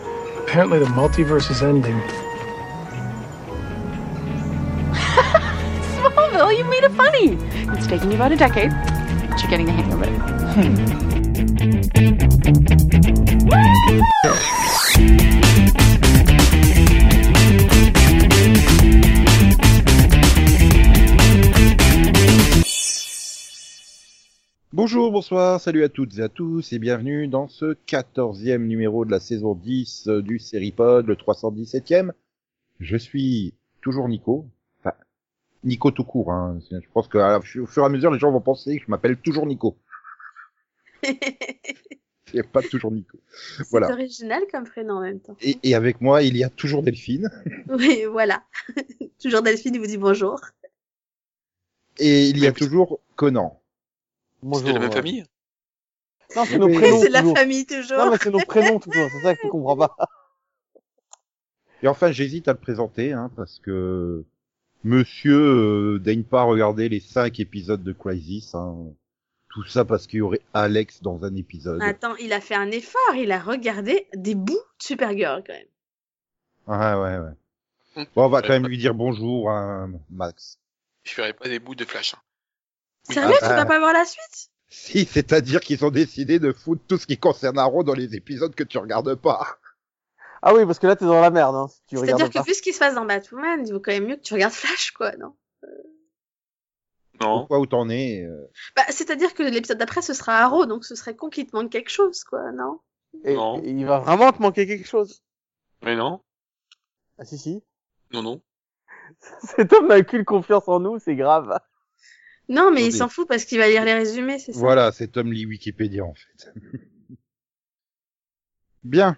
Apparently, the multiverse is ending. Smallville, you made it funny. It's taken you about a decade, but you're getting the hang of it. Bonjour, bonsoir, salut à toutes et à tous et bienvenue dans ce 14e numéro de la saison 10 du Seripod, le 317e. Je suis toujours Nico, enfin Nico tout court, hein. je pense que à la- au fur et à mesure les gens vont penser que je m'appelle toujours Nico. C'est pas toujours Nico. Voilà. C'est original comme prénom en même temps. Et, et avec moi il y a toujours Delphine Oui, voilà. Toujours Delphine vous dit bonjour. et il y Mais a putain. toujours Conan. C'est de la même famille Non, c'est nos euh. Oui. prénoms. C'est la toujours. famille toujours. Non, mais c'est nos prénoms toujours, c'est ça que tu comprends pas. Et enfin, j'hésite à le présenter, hein, parce que monsieur euh, daigne pas regarder les cinq épisodes de Crisis. hein. Tout ça parce qu'il y aurait Alex dans un épisode. Attends, il a fait un effort, il a regardé des bouts de Supergirl quand même. Ah, ouais, ouais. Bon, on va quand même lui dire bonjour, hein, Max. Je ferai pas des bouts de flash. hein. Sérieux, tu Ah, ah. vas pas voir la suite Si, c'est-à-dire qu'ils ont décidé de foutre tout ce qui concerne Arrow dans les épisodes que tu regardes pas. Ah oui, parce que là, t'es dans la merde, hein, si tu C'est-à-dire regardes que pas. vu ce qui se passe dans Batman, il vaut quand même mieux que tu regardes Flash, quoi, non Non. Pourquoi où t'en es euh, bah, C'est-à-dire que l'épisode d'après, ce sera Arrow, donc ce serait con qu'il te manque quelque chose, quoi, non Et, Non. et il va vraiment te manquer quelque chose. Mais non. Ah si, si. Non, non. Cet homme n'a qu'une confiance en nous, c'est grave. Non, mais il Oui. s'en fout parce qu'il va lire les résumés, c'est ça Voilà, c'est Tom Lee Wikipédia, en fait. Bien.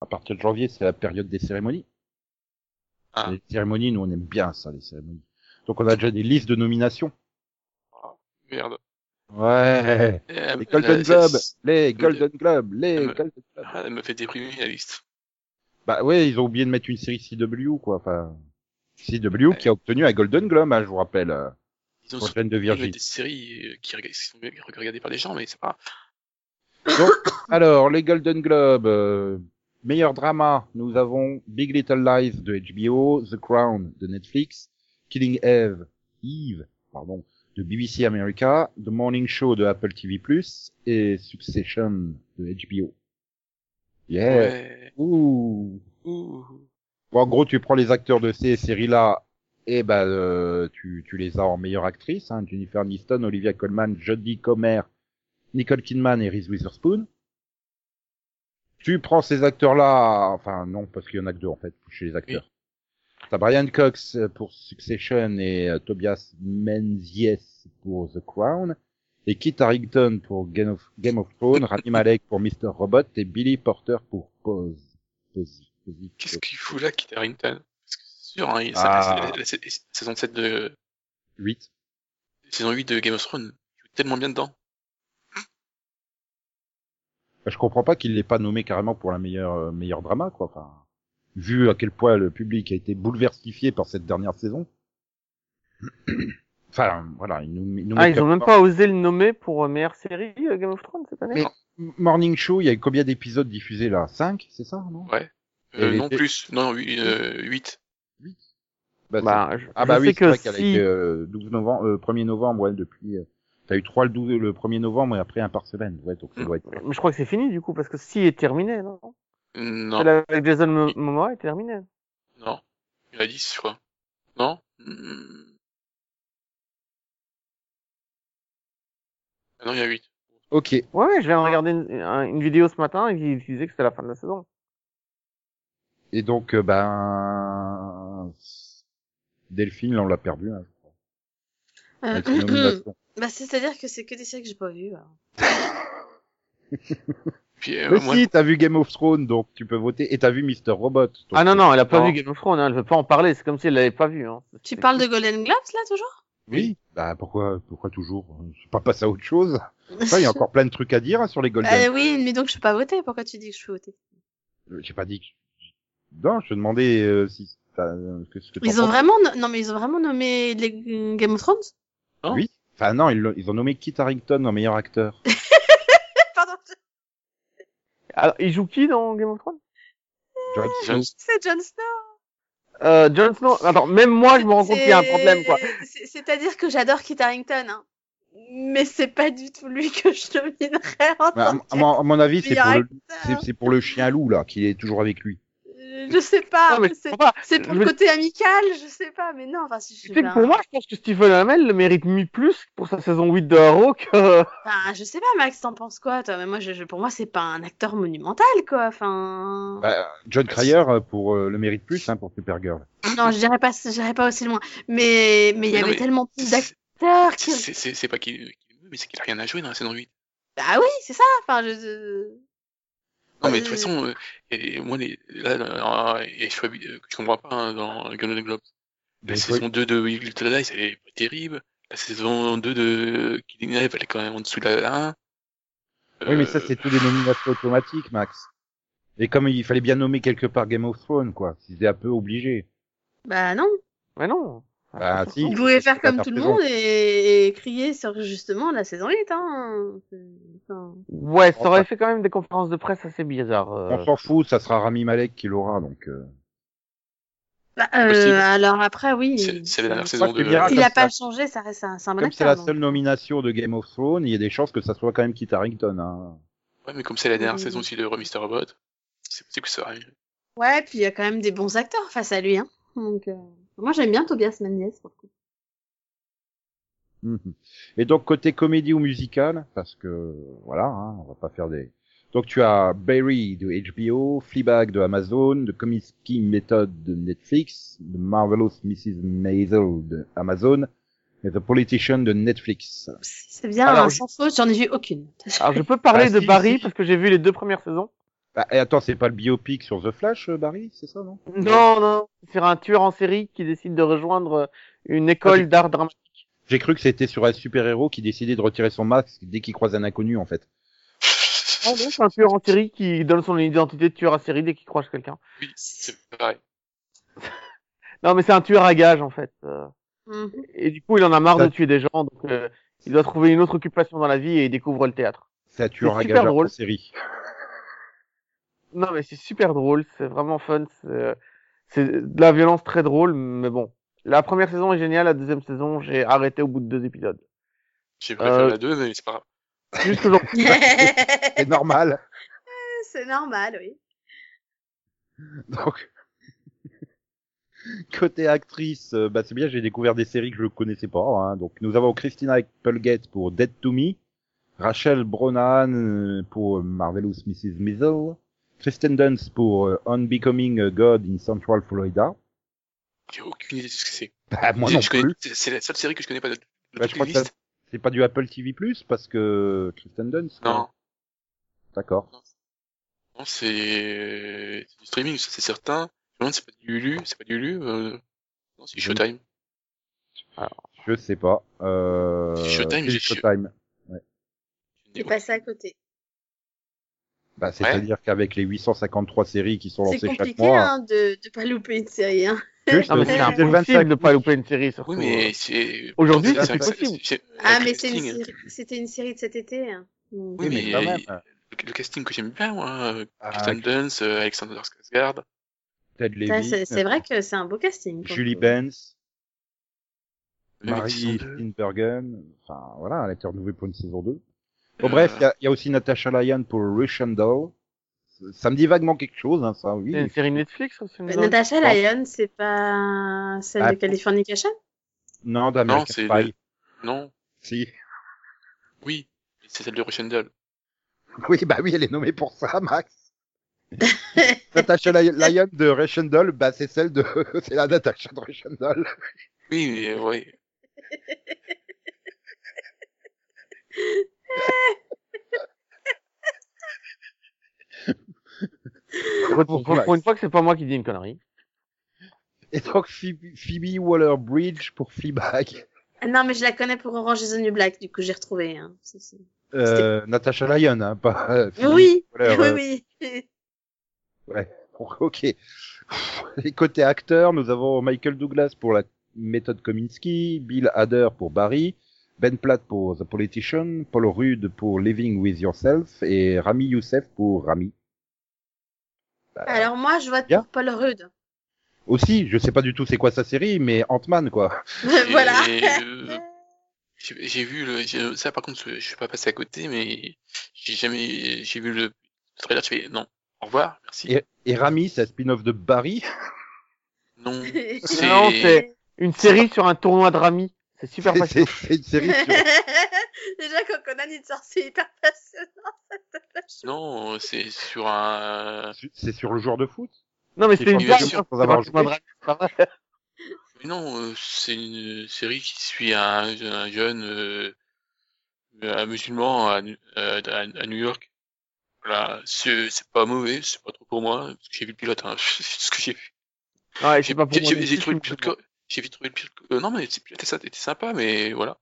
À partir de janvier, c'est la période des cérémonies. Ah. Les cérémonies, nous, on aime bien ça, les cérémonies. Donc, on a déjà des listes de nominations. Merde. Euh, Ouais. Elle, Les elle- Golden elle- Globes, elle- les Golden Globes, les Euh, Golden Globes. elle- elle me fait déprimer la liste. Bah ouais, ils ont oublié de mettre une série CW, quoi. Enfin, CW qui a obtenu un Golden Globe, hein, je vous rappelle. euh, Ils ont pour Jane de surtout Virgin. des séries euh, qui, rega- qui sont bien regardées par des gens, mais c'est pas. Donc, alors, les Golden Globes, euh, meilleur drama, nous avons Big Little Lies de HBO, The Crown de Netflix, Killing Eve, Eve, pardon, de BBC America, The Morning Show de Apple TV+, et Succession de HBO. Yeah! Ouais. Ouh. Ouh. Bon, en gros, tu prends les acteurs de ces séries-là, et ben, euh, tu, tu les as en meilleure actrice, hein, Jennifer Aniston, Olivia Colman, Jodie Comer, Nicole Kidman et Reese Witherspoon. Tu prends ces acteurs-là, enfin non, parce qu'il y en a que deux en fait chez les acteurs. T'as Brian Cox euh, pour Succession et euh, Tobias Menzies pour The Crown, et Kit Harington pour Game of, Game of Thrones, Rami Malek pour Mr. Robot et Billy Porter pour Pose. Pose. Pose- Qu'est-ce qu'il fout là, Kit Harington Parce que c'est sûr, hein, il- ça- Ah. c'est la, la- la- la saison 7 de. 8. Saison 8 de Game of Thrones. Il joue tellement bien dedans. Bah, Je comprends pas qu'il l'ait pas nommé carrément pour la meilleure euh, meilleur drama quoi. Enfin, vu à quel point le public a été bouleversifié par cette dernière saison. enfin voilà, il nous, il nous Ah, met ils ont même pas osé le nommer pour euh, meilleure série euh, Game of Thrones cette année. Morning Show. Il y a eu combien d'épisodes diffusés là 5 c'est ça non Euh, Et- non et- plus. Non, 8. Euh, huit. Bah, c'est- Bah, je, ah je bah sais oui, c'est que vrai qu'elle a si... été euh, 12 novembre, euh, 1er novembre ouais, depuis. euh, T'as eu trois le, 12 le 1er novembre et après un par semaine. Ouais, donc ça Mm. doit être. Mais je crois que c'est fini du coup, parce que si est terminé, non Non. Celle avec Jason Mo- Momoa est terminée. Non. Il y en a 10, je crois. Non Hmm. Ah non, il y en a 8. Ok, Ouais, ouais, je viens de regarder une, un- une vidéo ce matin et il disait que c'était la fin de la saison. Et donc, euh, ben, Delphine, là, on l'a perdu, hein, je crois. Avec ses nominations. Euh, bah, C'est-à-dire que c'est que des séries que j'ai pas vues. hein. alors. Puis, euh, Mais moi, si, t'as vu Game of Thrones, donc tu peux voter, et t'as vu Mister Robot. donc- ah non, non, elle a pas non. vu Game of Thrones, hein, elle veut pas en parler, c'est comme si elle l'avait pas vu. Hein. Tu parles de Golden Globes, là, toujours Oui. Bah, pourquoi, pourquoi toujours? Je suis pas passé à autre chose. Enfin, il y a encore plein de trucs à dire hein, sur les Golden. Euh, oui, mais donc je peux pas voter. Pourquoi tu dis que je peux voter Euh, J'ai pas dit que... Non, je te demandais euh, si, enfin, euh, que ce que t'en Ils ont penses. vraiment, no- non mais ils ont vraiment nommé les Game of Thrones. vraiment- Oui. Enfin, non, ils, l'ont- ils ont nommé Kit Harington en meilleur acteur. Pardon. Alors, il joue qui dans Game of Thrones Jon Ah, Snow. C'est Jon Snow. Euh, Jon Snow, attends, même moi, Ah, je me rends compte qu'il y a un C'est- problème, quoi. c'est- C'est-à-dire que j'adore Kit Harington, hein. mais c'est pas du tout lui que je nominerais en Bah, à, tant à mon- à mon avis, c'est pour, le, c'est, qu'acteur. c'est pour le chien loup là qui est toujours avec lui. Euh, Je sais pas, Non, mais je c'est- comprends pas. c'est pour Je le veux- côté amical, je sais pas, mais non, enfin, si je Tu suis sais que bien- pour moi, je pense que Stephen Amell le mérite mieux plus pour sa saison 8 de Arrow que... Enfin, je sais pas, Max, t'en penses quoi, toi Mais moi, je, je- pour moi, c'est pas un acteur monumental, quoi. Enfin, Bah, John Cryer euh, pour euh, le mérite plus hein, pour Supergirl. non, je dirais pas, je dirais pas aussi loin. Mais, mais il y Mais non, avait mais- tellement plus d'acteurs qui. C'est- C'est c'est pas qu'il qu'il est mieux, mais c'est qu'il a rien à jouer dans la saison 8. Bah oui, c'est ça. Enfin, je- je. Non, mais de toute Euh. façon, euh, et, et moi, les, là, dans- euh, et je, suis habi- euh, que je comprends pas hein, dans Golden Globe. La Mais saison 2 de Will Little Lies, elle est pas terrible. La saison 2 de Killing Eve, elle est quand même en dessous de la Euh, 1. Oui, mais ça c'est tous des nominations automatiques, Max. Et comme il fallait bien nommer quelque part Game of Thrones, quoi, c'était un peu obligé. Bah non. Mais non. Ah, Bah, si. Vous pouvez c'est faire la comme tout le saison. monde et, et crier sur justement la saison 8, hein. Enfin, Ouais, ça Enfin. aurait fait quand même des conférences de presse assez bizarres. euh. On s'en fout, ça sera Rami Malek qui l'aura, donc. euh, bah, euh, Possible. alors après, oui. C'est c'est la dernière Je crois saison que de. Mira- Il a Ah, Comme pas ça- changé, ça reste un, c'est un bon Comme c'est la acteur. donc. seule nomination de Game of Thrones, il y a des chances que ça soit quand même Kit Harington. Hein. Ouais, mais comme c'est la dernière Oui. saison aussi de Mr. Robot, c'est possible que ça arrive. Ouais, puis il y a quand même des bons acteurs face à lui, hein. Donc, euh, moi, j'aime bien Tobias Mendes. pour le coup. Mhm. Et donc côté comédie ou musical, parce que voilà, hein, on va pas faire des. Donc tu as Barry de HBO, Fleabag de Amazon, The Comiskey Method de Netflix, The Marvelous Mrs. Maisel de Amazon et The Politician de Netflix. C'est bien, Alors, hein, je- sans faute, j'en ai vu aucune. Alors, je peux parler Bah, de si, Barry si. parce que j'ai vu les deux premières saisons. Ah, et attends, c'est pas le biopic sur The Flash, euh, Barry, c'est ça non Non, non, c'est sur un tueur en série qui décide de rejoindre euh, une école d'art dramatique. J'ai cru que c'était sur un super héros qui décidait de retirer son masque dès qu'il croise un inconnu en fait. Non, non, c'est un tueur en série qui donne son identité de tueur en série dès qu'il croise quelqu'un. Oui, c'est pareil. Non, mais c'est un tueur à gage, en fait. euh. Mhm. bah, Et du coup, il en a marre Ça- de tuer des gens, donc euh, il doit trouver une autre occupation dans la vie et il découvre le théâtre. Ça tue un super gageur en drôle. série. Non, mais c'est super drôle, c'est vraiment fun, c'est euh, c'est de la violence très drôle, mais bon. La première saison est géniale, la deuxième saison, j'ai arrêté au bout de deux épisodes. J'ai préféré Euh, la 2, mais c'est pas grave. Juste que j'en- C'est normal. c'est normal, oui. Donc, côté actrice, euh, bah c'est bien, j'ai découvert des séries que je ne connaissais pas. hein. Donc, nous avons Christina Applegate pour Dead to Me, Rachel Brosnan euh, pour euh, Marvelous Mrs. Maisel, Kristen Dunst pour euh, On Becoming a God in Central Florida. J'ai aucune idée de ce que c'est. Bah, moi Je- non je connais- plus. c'est- C'est la seule série que je connais pas de, de Bah, je toute crois la que ça- liste. c'est pas du Apple TV+, parce que Kristen Dunst. quoi. Non, D'accord. non c'est c'est du streaming, ça c'est certain. Je me demande, c'est pas du Hulu, c'est pas du Hulu. euh, Non, c'est Showtime. Je sais pas. Euh... C'est Showtime, c'est j'ai- Showtime. T'es passé à côté. Bah, c'est-à-dire qu'avec les 853 séries qui sont C'est lancées chaque compliqué, mois, hein, de, de pas louper une série, hein. juste, Non, mais c'est euh, impossible 25 de pas louper une série, surtout. Oui, mais c'est. Aujourd'hui, c'est c'est- impossible. c'est- Ah, le mais c'est une casting- série- c'était une série de cet été. hein. Donc, Oui, mais, quand même. le- le casting que j'aime bien, moi. euh, Ah, Kristen Dunst, euh, Alexander Skarsgård. Ted ça, Levy, c'est c'est vrai que c'est un beau casting. quoi. Julie Benz, Même saison Marie deux. Steenbergen, enfin voilà, elle a été renouvelée pour une saison 2. Bon bref, il y a- il y, a aussi Natasha Lyon pour Russian Doll. Ça me dit vaguement quelque chose, hein, ça, oui. C'est une série Netflix ou c'est une Mais autre Natasha Lyon, c'est pas celle Ah, de Californication Non, d'American Non, c'est Pie. le- Non, Si. oui, c'est celle de Rochendale. Oui, bah oui, elle est nommée pour ça, Max. Natasha Lyon- Lyon de Russian Doll, bah c'est celle de... c'est la Natasha de Russian Doll. Oui, mais ouais. Pour- pour- Voilà. Pour une fois que c'est pas moi qui dis une connerie. Et donc Phoebe, Phoebe Waller-Bridge pour Fleabag. Ah Non, mais je la connais pour Orange is the New Black, du coup, j'ai retrouvé. hein. Si, si. Euh, Natasha Lyon, hein, pas... euh, Phoebe Oui, Waller, euh, oui, oui. Ok. Et côté acteur, nous avons Michael Douglas pour la méthode Kominsky, Bill Hader pour Barry, Ben Platt pour The Politician, Paul Rudd pour Living with Yourself et Rami Youssef pour Rami. Bah, Alors moi, je vote bien. pour Paul Rudd. Aussi, je sais pas du tout c'est quoi sa série, mais Ant-Man, quoi. voilà. Et, euh, J'ai j'ai vu le, j'ai- ça par contre, je je suis pas passé à côté, mais j'ai jamais, j'ai vu le trailer, je fais non, au revoir, merci. Et Rami, c'est un spin-off de Barry. Non, C'est- Non, c'est une série sur un tournoi de Rami. C'est super C'est facile. c'est- c'est une série sur... Déjà, quand Conan il te sort, c'est hyper passionnant. non, c'est sur un. c'est sur le joueur de foot. Non, mais c'est c'était une pas blague. bien sûr, hein, sans c'est avoir pas un tournoi de joué. Rami, c'est pas vrai. Mais non, euh, c'est une série qui suit un, un jeune euh, un musulman à, Nu- euh, à, à New York. Voilà, c'est c'est pas mauvais, c'est pas trop pour moi, parce que j'ai vu le pilote, hein, c'est ce que j'ai vu. Ouais, J'ai c'est pas pour j'ai- moi j'ai- non j'ai plus, trouvé le c'est pilote, pour cor- j'ai vite trouvé le pilote, euh, non mais c'est- le pilote était, était sympa, mais voilà.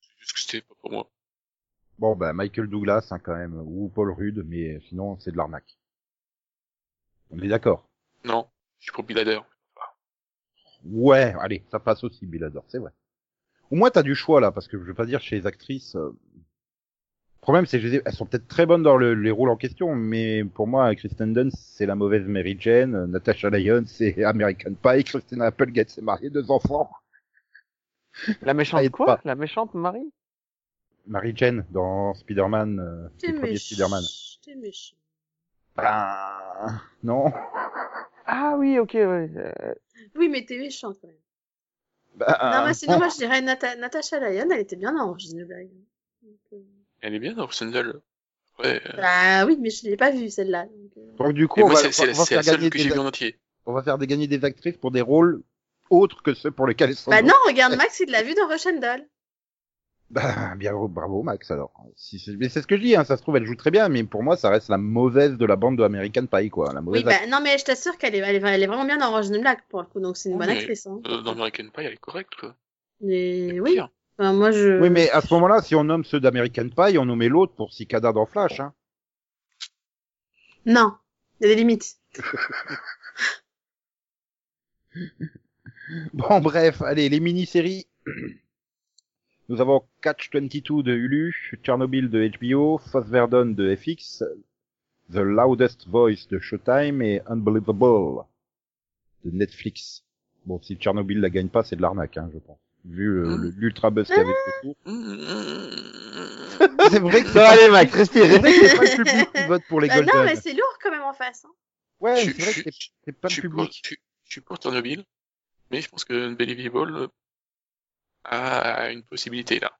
C'est juste que c'était pas pour moi. Bon, bah, Michael Douglas, hein, quand même, ou Paul Rudd, mais sinon, c'est de l'arnaque. On est d'accord. Non, je suis pour Bill Hader. Ouais, allez, ça passe aussi, Bilador, c'est vrai. Au moins, t'as du choix, là, parce que je veux pas dire chez les actrices, euh, le problème, c'est que je les ai- elles sont peut-être très bonnes dans le- les rôles en question, mais pour moi, Kristen Dunst, c'est la mauvaise Mary Jane, euh, Natasha Lyonne, c'est American Pie, Christina Applegate, c'est mariée, deux enfants. La méchante aide quoi pas. La méchante Marie Mary Jane, dans Spider-Man, euh, T'es le premier méchant. Spider-Man. T'es méchant. Ben, non. Ah oui, ok, ouais. euh, Oui, mais t'es méchant quand même. Ben, non, mais sinon, moi, je dirais Nata- Natasha Lyon, elle était bien dans Origine Blague. Donc, euh, Elle est bien dans Sundel. Ouais. euh, Bah oui, mais je l'ai pas vue celle-là. donc, euh, Donc, du coup, et on moi, va, c'est c'est on la, va- on va c'est la faire seule gagner que j'ai des, vue en entier. on va faire des- gagner des actrices pour des rôles autres que ceux pour lesquels elles sont Bah bonnes. non, regarde Max, il l'a vu dans Russian Doll. Bah, bien, bravo Max alors. Si c'est- mais c'est ce que je dis, hein, ça se trouve elle joue très bien, mais pour moi ça reste la mauvaise de la bande de American Pie quoi, la Oui, mauvaise. bah non, mais je t'assure qu'elle est, elle est, elle est vraiment bien dans Orange is the New Black pour le coup, donc c'est une Oui, bonne mais- actrice. Hein. Euh, dans American Pie, elle est correcte, quoi. Mais Eh C'est oui, pire. enfin, moi je. Oui, mais à ce moment-là, si on nomme ceux d'American Pie, on nommait l'autre pour Cicada dans Flash. Hein. Non, il y a des limites. Bon, bref, allez, les mini-séries. Nous avons Catch 22 de Hulu, Chernobyl de HBO, Fast Verdon de FX, The Loudest Voice de Showtime et Unbelievable de Netflix. Bon, si Tchernobyl la gagne pas, c'est de l'arnaque, hein, je pense. Vu euh, le- l'ultra buzz qu'il y avait autour. Mmh. C'est vrai que Ça va aller, Max, respire. c'est vrai que c'est pas le public qui vote pour les Bah non, Golden. mais c'est lourd quand même en face. Hein. Ouais, Je- c'est vrai que je- c'est- c'est pas je, le suis pour, public. je, je suis pour Tchernobyl, mais je pense que Unbelievable euh, a une possibilité, là.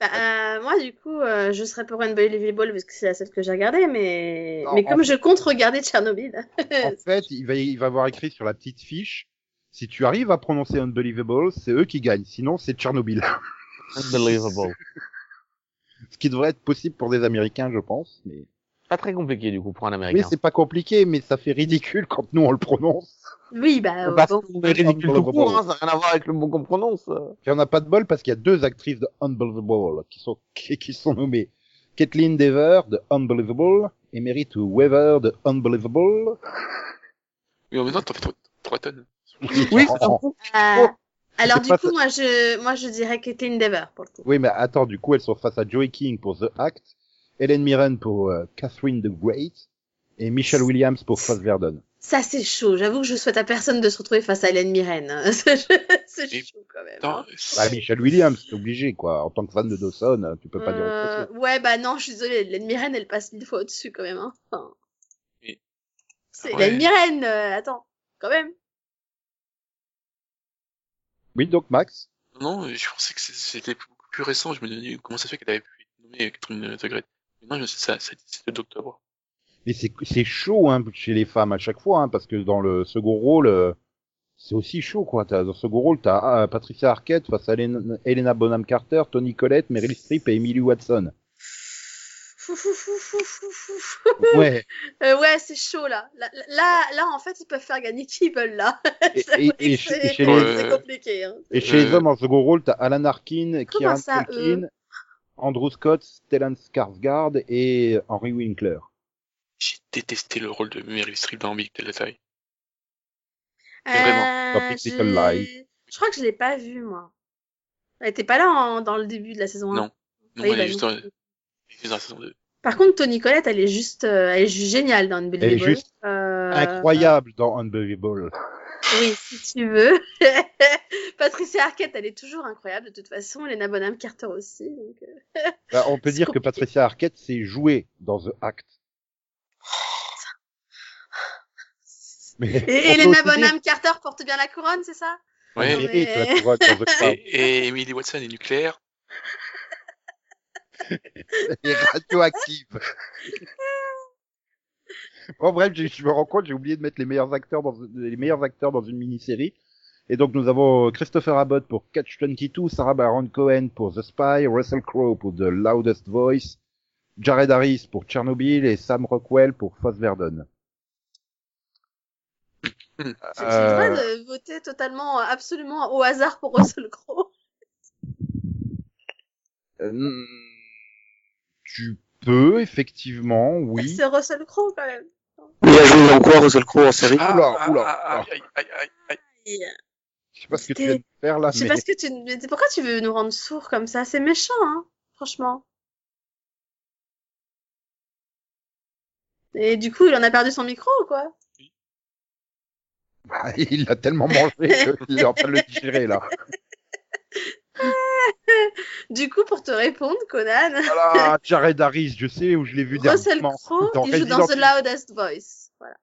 Bah, euh, moi du coup, euh, je serais pour Unbelievable parce que c'est la seule que j'ai regardée, mais, Non, mais en comme je compte regarder Tchernobyl. En fait, il va, il va avoir écrit sur la petite fiche, si tu arrives à prononcer Unbelievable, c'est eux qui gagnent, sinon c'est Tchernobyl. Unbelievable. Ce qui devrait être possible pour des Américains, je pense. Mais, Pas très compliqué, du coup, pour un mais Américain. c'est pas compliqué, mais ça fait ridicule quand nous on le prononce. oui, bah, euh, Bah, bon. c'est ridicule tout court, Unbelievable. hein, ça n'a rien à voir avec le mot qu'on prononce. euh. Puis on n'a pas de bol parce qu'il y a deux actrices de Unbelievable qui sont, qui, qui sont nommées. Kathleen Dever de Unbelievable et Mary Weaver de Unbelievable. Mais en même temps, t'en fais trois- trois tonnes. Oui, genre, c'est un peu- Euh, alors c'est du Oh, pas coup, moi je, moi je dirais Kathleen Dever pour le coup. Oui, mais attends, du coup, elles sont face à Joey King pour The Act, Helen Mirren pour euh, Catherine the Great et Michelle Williams pour Verdon. Ça, c'est chaud. J'avoue que je souhaite à personne de se retrouver face à Hélène Mirren. c'est c'est Et- chaud quand même. Attends, hein. Bah, Michelle Williams, c'est obligé, quoi. En tant que fan de Dawson, euh, tu peux pas dire autre Euh, chose. ouais, bah non, je suis désolée. Hélène Mirren, elle passe mille fois au-dessus quand même. Hein. Enfin, Oui. C'est Ouais. Hélène Mirren, euh, attends, quand même. Oui, donc Max, Non, je pensais que c'est- c'était beaucoup plus récent. Je me demandais comment ça se fait qu'elle avait pu être nommée Catherine Tegret. Mais non, je sais, ça, ça- c'est le 2 octobre. mais c'est c'est chaud hein, chez les femmes à chaque fois, hein, parce que dans le second rôle, euh, c'est aussi chaud, quoi. T'as- dans le second rôle, t'as ah, Patricia Arquette face à Helen- Helena Bonham Carter, Tony Collette, Meryl Streep et Emily Watson. Fou, fou, fou, fou, fou, fou, fou. Ouais. Euh, ouais, c'est chaud là. Là, là. là, en fait, ils peuvent faire gagner qui veulent là. Et, C'est et- vrai et que chez- et c'est chez les, Ouais. c'est compliqué. Hein. Et chez les Euh, hommes, en second rôle, t'as Alan Arkin, Comment Kieran ça, Culkin, Andrew Scott, Stellan Skarsgård et euh, Henry Winkler. J'ai détesté le rôle de Meryl Streep dans Big Tell Taille. C'est Euh, vraiment Topic Little j'ai- Lie. Je crois que je l'ai pas vu moi. Elle était pas là en- dans le début de la saison 1. Non. Non, Oui, elle bah est juste oui. dans, elle est juste dans la saison 2. Par contre, Tony Collette, elle est juste, euh, elle est juste géniale dans Unbelievable. Elle est juste Euh, Incroyable dans Unbelievable. Oui, si tu veux. Patricia Arquette, elle est toujours incroyable de toute façon. Lena Bonham Carter aussi. Donc, euh, Bah, on peut C'est dire que compliqué. Patricia Arquette s'est jouée dans The Act. Mais on euh. Et peut Elena aussi dire Bonham Carter porte bien la couronne, c'est ça qu'elle Ouais. mérite la couronne dans The Crown. Et, et Emily Watson est nucléaire. Elle est radioactive. bon, bref, j'ai- je me rends compte, j'ai oublié de mettre les meilleurs acteurs dans, les meilleurs acteurs dans une mini-série. Et donc, nous avons Christopher Abbott pour Catch 22, Sarah Baron Cohen pour The Spy, Russell Crowe pour The Loudest Voice, Jared Harris pour Tchernobyl et Sam Rockwell pour Foss Verdon. Euh, Tu tu devrais de voter totalement, euh, absolument au hasard pour Russell Crowe. Euh, tu peux, effectivement, oui. C'est Russell Crowe quand même. Il a joué dans quoi, Russell Crowe, en série Oula, oula, ah, oula. aïe, aïe, aïe, aïe. Et, euh, Je sais pas ce que tu C'était- viens de faire là, Je Ah, sais mais pas ce que tu. mais pourquoi tu veux nous rendre sourds comme ça C'est méchant, hein, franchement. Et du coup, il en a perdu son micro ou quoi bah, il a tellement mangé qu'il est en train de le digérer, là. Du coup, pour te répondre, Conan, Voilà, Jared Harris, je sais où je l'ai vu Russell dernièrement. Crowe, il joue dans Resident The Loudest Voice. Voilà.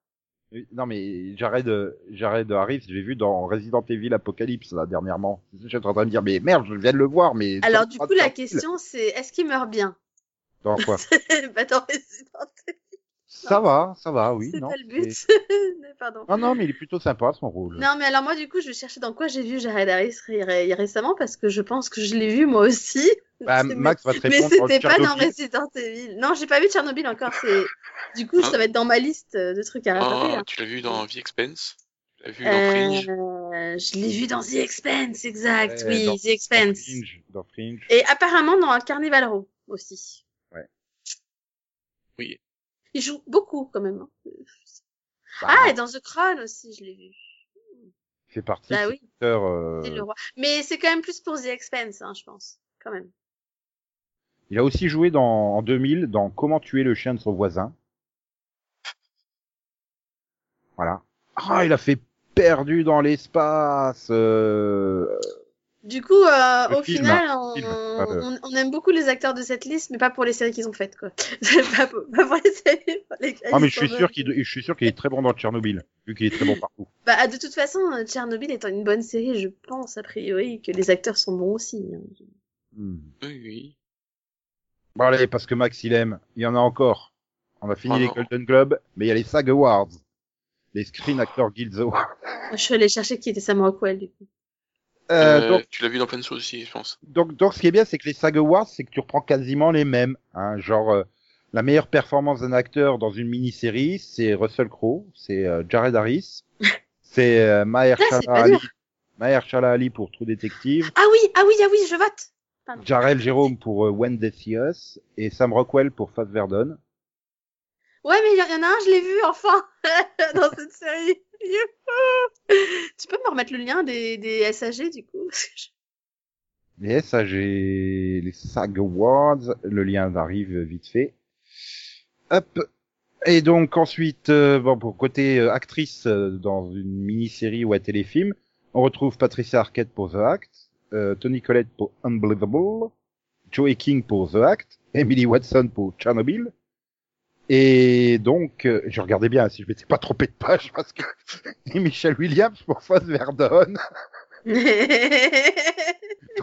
Evil. Non mais Jared, euh, Jared Harris, je l'ai vu dans Resident Evil Apocalypse là dernièrement. Je suis en train de me dire mais merde, je viens de le voir mais. Alors ça me du fera coup, la tranquille. question c'est est-ce qu'il meurt bien Dans quoi Bah dans Resident Evil, Ça va, ça va, oui. c'est non, pas le but. c'est- Pardon. Non non, mais il est plutôt sympa son rôle. Non mais alors moi du coup, je vais chercher dans quoi j'ai vu Jared Harris ré- ré- récemment parce que je pense que je l'ai vu moi aussi. Bah, C'est- Max va te Mais répondre. dans c'était pas dans Tchernobyl. Resident Evil. Non, j'ai pas vu Tchernobyl encore. C'est du coup, ça va être dans ma liste euh, de trucs à rattraper. Ah, hein. tu l'as vu dans The Expense Tu l'as vu dans Fringe Euh, je l'ai vu dans The Expanse, exact. Ouais, oui, dans- The Expanse. Dans Fringe. Dans Fringe. Et apparemment dans Carnival Row aussi. Ouais. Oui. Il joue beaucoup quand même. hein. Bah, Ah, et dans The Crown aussi, je l'ai vu. il fait partie. Bah de oui, ces acteurs, euh, c'est le roi. Mais c'est quand même plus pour The Expense, hein, je pense. Quand même. Il a aussi joué dans en 2000 dans Comment tuer le chien de son voisin. Voilà. Ah, il a fait perdu dans l'espace. euh, Du coup, euh, Le au film, final, le on, film, pas le- on- on aime beaucoup les acteurs de cette liste, mais pas pour les séries qu'ils ont faites, quoi. pas, pour, pas pour les séries pour lesquelles Ah, mais ils je suis sont sûr bons. qu'il je suis sûr qu'il est très bon dans Tchernobyl, vu qu'il est très bon partout. Bah, de toute façon, euh, Tchernobyl étant une bonne série, je pense, a priori, que les acteurs sont bons aussi. hein. Hmm. Oui, oui. Bon allez, parce que Max il aime, il y en a encore. On a fini Oh les non. Golden Globes, mais il y a les SAG Awards, les Screen Actors Guild Awards. Je suis allée chercher qui était Sam Rockwell, du coup. Euh, Euh, donc- Tu l'as vu dans plein de choses aussi, je pense. donc, donc, ce qui est bien, c'est que les SAG Awards, c'est que tu reprends quasiment les mêmes. Hein, genre, euh, la meilleure performance d'un acteur dans une mini-série, c'est Russell Crowe, c'est euh, Jared Harris, c'est euh, Ah, Mahershala c'est pas Ali, dur. Mahershala Ali pour True Detective, Ah oui, ah oui, ah oui, je vote! Jarrell Jerome pour euh, When They See Us et Sam Rockwell pour Fast Verdon. Ouais, mais il y en a un, je l'ai vu, enfin, dans cette série. Youhou tu peux me remettre le lien des, des SAG, du coup? parce que je- Les SAG, les SAG Awards, le lien arrive vite fait. Hop. Et donc ensuite, euh, bon pour côté euh, actrice euh, dans une mini-série ou un téléfilm, on retrouve Patricia Arquette pour The Act, euh, Tony Collette pour Unbelievable, Joey King pour The Act, Emily Watson pour Chernobyl. Et donc, euh, je regardais bien si je m'étais pas trompé de page parce que et Michelle Williams pour Fast Verdon. Moi,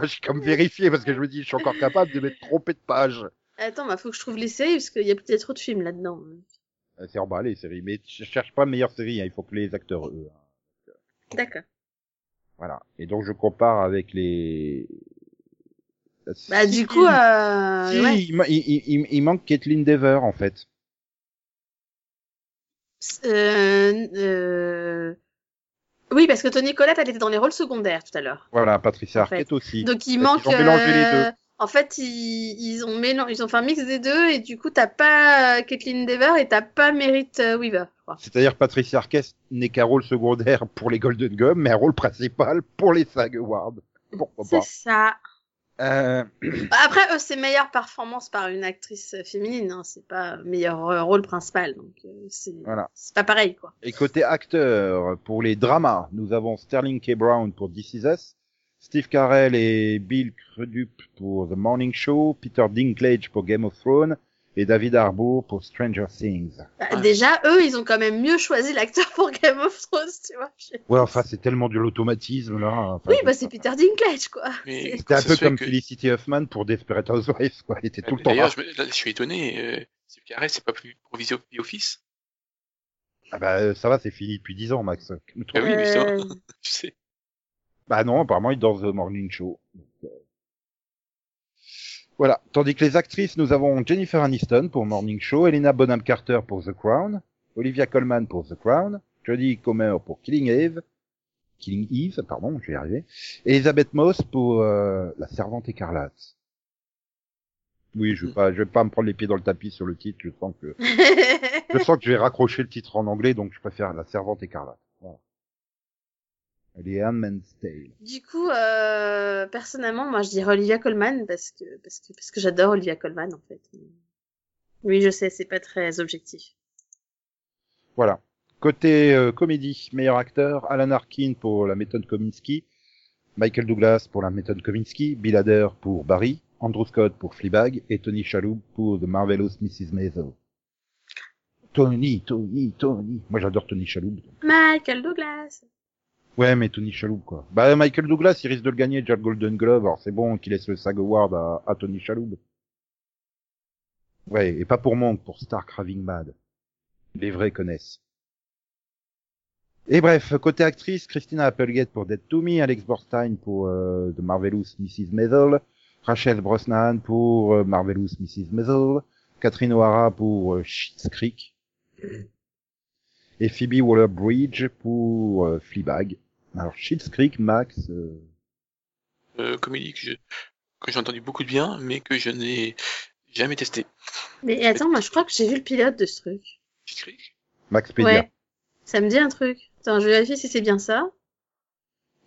je suis comme vérifié parce que je me dis, je suis encore capable de m'être trompé de page. Attends, bah, faut que je trouve les séries, parce qu'il y a peut-être trop de films là-dedans. Euh, C'est emballé, les séries. Mais je cherche pas meilleure série, hein, il faut que les acteurs, eux. hein. D'accord. Voilà. Et donc, je compare avec les... Bah, Si, du coup, euh, si, ouais. il, ma- il- il- il- il manque Caitlin Dever, en fait. Euh, euh, Oui, parce que Tony Collette, elle était dans les rôles secondaires tout à l'heure. Voilà, Patricia En fait. Arquette aussi. Donc il Ils manque. euh, ont mélangé les deux. En fait, ils, ils ont mélan- ils ont fait un mix des deux et du coup, t'as pas euh, Kathleen Dever et t'as pas Merit euh, Weaver, je crois. C'est-à-dire Patricia Arquette n'est qu'un rôle secondaire pour les Golden Globes, mais un rôle principal pour les SAG Awards. Pourquoi C'est pas ça. Euh, Bah, Après, eux, c'est meilleure performance par une actrice euh, féminine, hein, c'est pas meilleur euh, rôle principal, donc euh, c'est Voilà. c'est pas pareil, quoi. Et côté acteur, pour les dramas, nous avons Sterling K. Brown pour This Is Us, Steve Carell et Bill Crudup pour The Morning Show, Peter Dinklage pour Game of Thrones et David Harbour pour Stranger Things. Bah, Ouais. Déjà, eux, ils ont quand même mieux choisi l'acteur pour Game of Thrones, tu vois. Je- Ouais, enfin, c'est tellement de l'automatisme, là. enfin, Oui, bah c'est Peter Dinklage, quoi. Mais C'était un ça peu se fait comme que- Felicity Huffman pour Desperate Housewives, quoi. Elle était tout le temps. D'ailleurs, je, me- là, je suis étonné. Euh, Steve Carell, c'est pas plus provisé au Office Ah bah, euh, ça va, c'est fini depuis 10 ans, Max. Le truc- Ah oui, mais ça- Euh, Tu sais. Bah non, apparemment, il est dans The Morning Show. Donc, euh, Voilà. Tandis que les actrices, nous avons Jennifer Aniston pour Morning Show, Elena Bonham Carter pour The Crown, Olivia Colman pour The Crown, Jodie Comer pour Killing Eve, Killing Eve, pardon, je vais y arriver, et Elisabeth Moss pour euh, La Servante Écarlate. Oui, je vais Hmm. pas, je vais pas me prendre les pieds dans le tapis sur le titre, je sens que Euh, je sens que je vais raccrocher le titre en anglais, donc je préfère La Servante Écarlate. Voilà. Les Handmaid's Tale. du coup, euh, personnellement, moi, je dirais Olivia Colman parce que parce que parce que j'adore Olivia Colman en fait. Oui, je sais, c'est pas très objectif. Voilà. Côté euh, comédie, meilleur acteur, Alan Arkin pour La méthode Kominsky, Michael Douglas pour La méthode Kominsky, Bill Hader pour Barry, Andrew Scott pour Fleabag et Tony Shalhoub pour The Marvelous Mrs. Maisel. Tony, Tony, Tony. Moi j'adore Tony Shalhoub. Michael Douglas. Ouais, mais Tony Shalhoub, quoi. Bah, Michael Douglas, il risque de le gagner, déjà le Golden Glove, alors c'est bon qu'il laisse le SAG Award à, à Tony Shalhoub. Ouais, et pas pour Monk, pour Star Craving Mad. Les vrais connaissent. Et bref, côté actrice, Christina Applegate pour Dead to Me, Alex Borstein pour euh, The Marvelous Mrs. Maisel, Rachel Brosnan pour euh, Marvelous Mrs. Maisel, Catherine O'Hara pour euh, Schitt's Creek, et Phoebe Waller-Bridge pour euh, Fleabag. Alors, Schitt's Creek, Max, euh, Euh, comédie que je- que j'ai entendu beaucoup de bien, mais que je n'ai jamais testé. Mais attends, moi, je crois que j'ai vu le pilote de ce truc. J'ai écrit. Max Pedia. Ouais. Ça me dit un truc. Attends, je vérifie si c'est bien ça.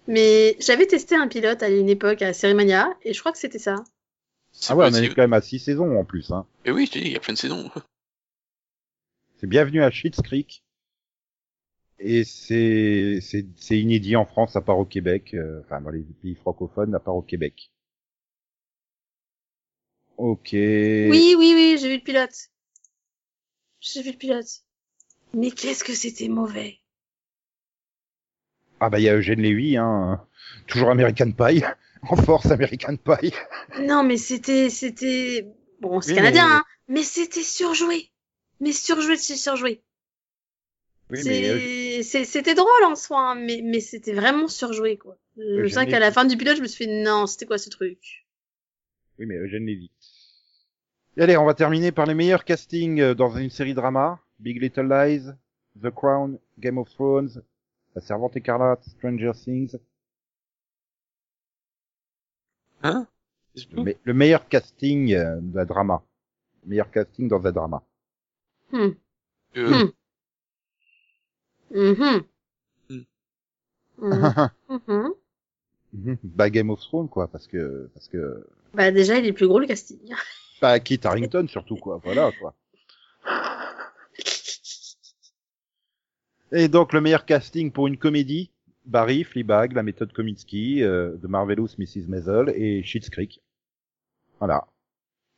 Mais j'avais testé un pilote à une époque à Cérémania et je crois que c'était ça. C'est Ah ouais, on est possible. quand même à six saisons en plus. Hein. Mais oui, je te dis, il y a plein de saisons. C'est bienvenu à Schitt's Creek. Et c'est c'est c'est inédit en France à part au Québec, euh, enfin dans les pays francophones à part au Québec. Ok. Oui, oui, oui, j'ai vu le pilote. J'ai vu le pilote. Mais qu'est-ce que c'était mauvais. Ah bah il y a Eugène Lévy, hein. Toujours American Pie. En force American Pie. Non, mais c'était, c'était, bon, c'est Oui, canadien, mais- hein, mais c'était surjoué. Mais surjoué de chez surjoué. Oui, mais euh, C'est- c'est- C'était drôle en soi, hein, mais, mais c'était vraiment surjoué, quoi. Je Eugène sais qu'à la Lévy. fin du pilote, je me suis fait, non, c'était quoi ce truc? Oui, mais Eugène Lévy. Et allez, on va terminer par les meilleurs castings euh, dans une série drama. Big Little Lies, The Crown, Game of Thrones, La Servante Écarlate, Stranger Things. Hein C'est Le, tout me- le meilleur casting euh, d'un drama. Le meilleur casting dans un drama. Hmm. Euh, Mhm. Mm. Mhm. Mhm. bah Game of Thrones, quoi, parce que... Parce que Bah déjà, il est plus gros le casting. bah, Kit Harrington, surtout, quoi. Voilà, quoi. Et donc, le meilleur casting pour une comédie Barry, Fleabag, La méthode Kominsky, euh, The Marvelous Mrs. Maisel et Schitt's Creek. Voilà.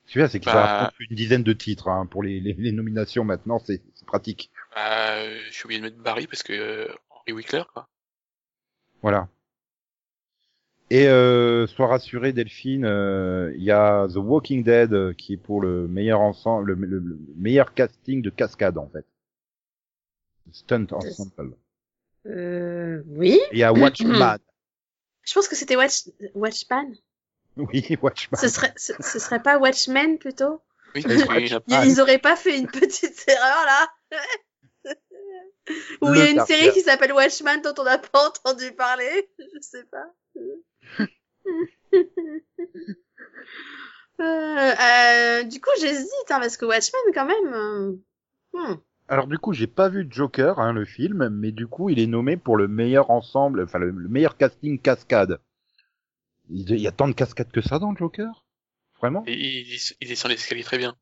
Ce qui est bien, c'est qu'ils Bah. affrontent une dizaine de titres hein, pour les, les, les nominations maintenant, c'est c'est pratique. bah, euh, je suis obligé de mettre Barry parce que euh, Henry Wickler, quoi. Voilà. Et euh, sois rassuré Delphine, euh, il y a The Walking Dead euh, qui est pour le meilleur ensemble, le, le- le meilleur casting de cascade en fait. Stunt ensemble. Euh, oui. Et il y a Watchman. Je pense que c'était Watch... Watchman. oui, Watchman. Ce serait, ce, ce serait pas Watchmen plutôt Oui, parce qu'il a- Ils, Ah, ils auraient pas fait une petite erreur là Ou il y Le a une Carter. série qui s'appelle Watchmen dont on n'a pas entendu parler Je sais pas. Euh, euh, du coup, j'hésite hein, parce que Watchmen quand même. euh, hmm. Alors du coup, j'ai pas vu Joker, hein, le film, mais du coup, il est nommé pour le meilleur ensemble, enfin le, le meilleur casting cascade. Il il y a tant de cascades que ça dans le Joker Vraiment Et il, il- il descend l'escalier très bien.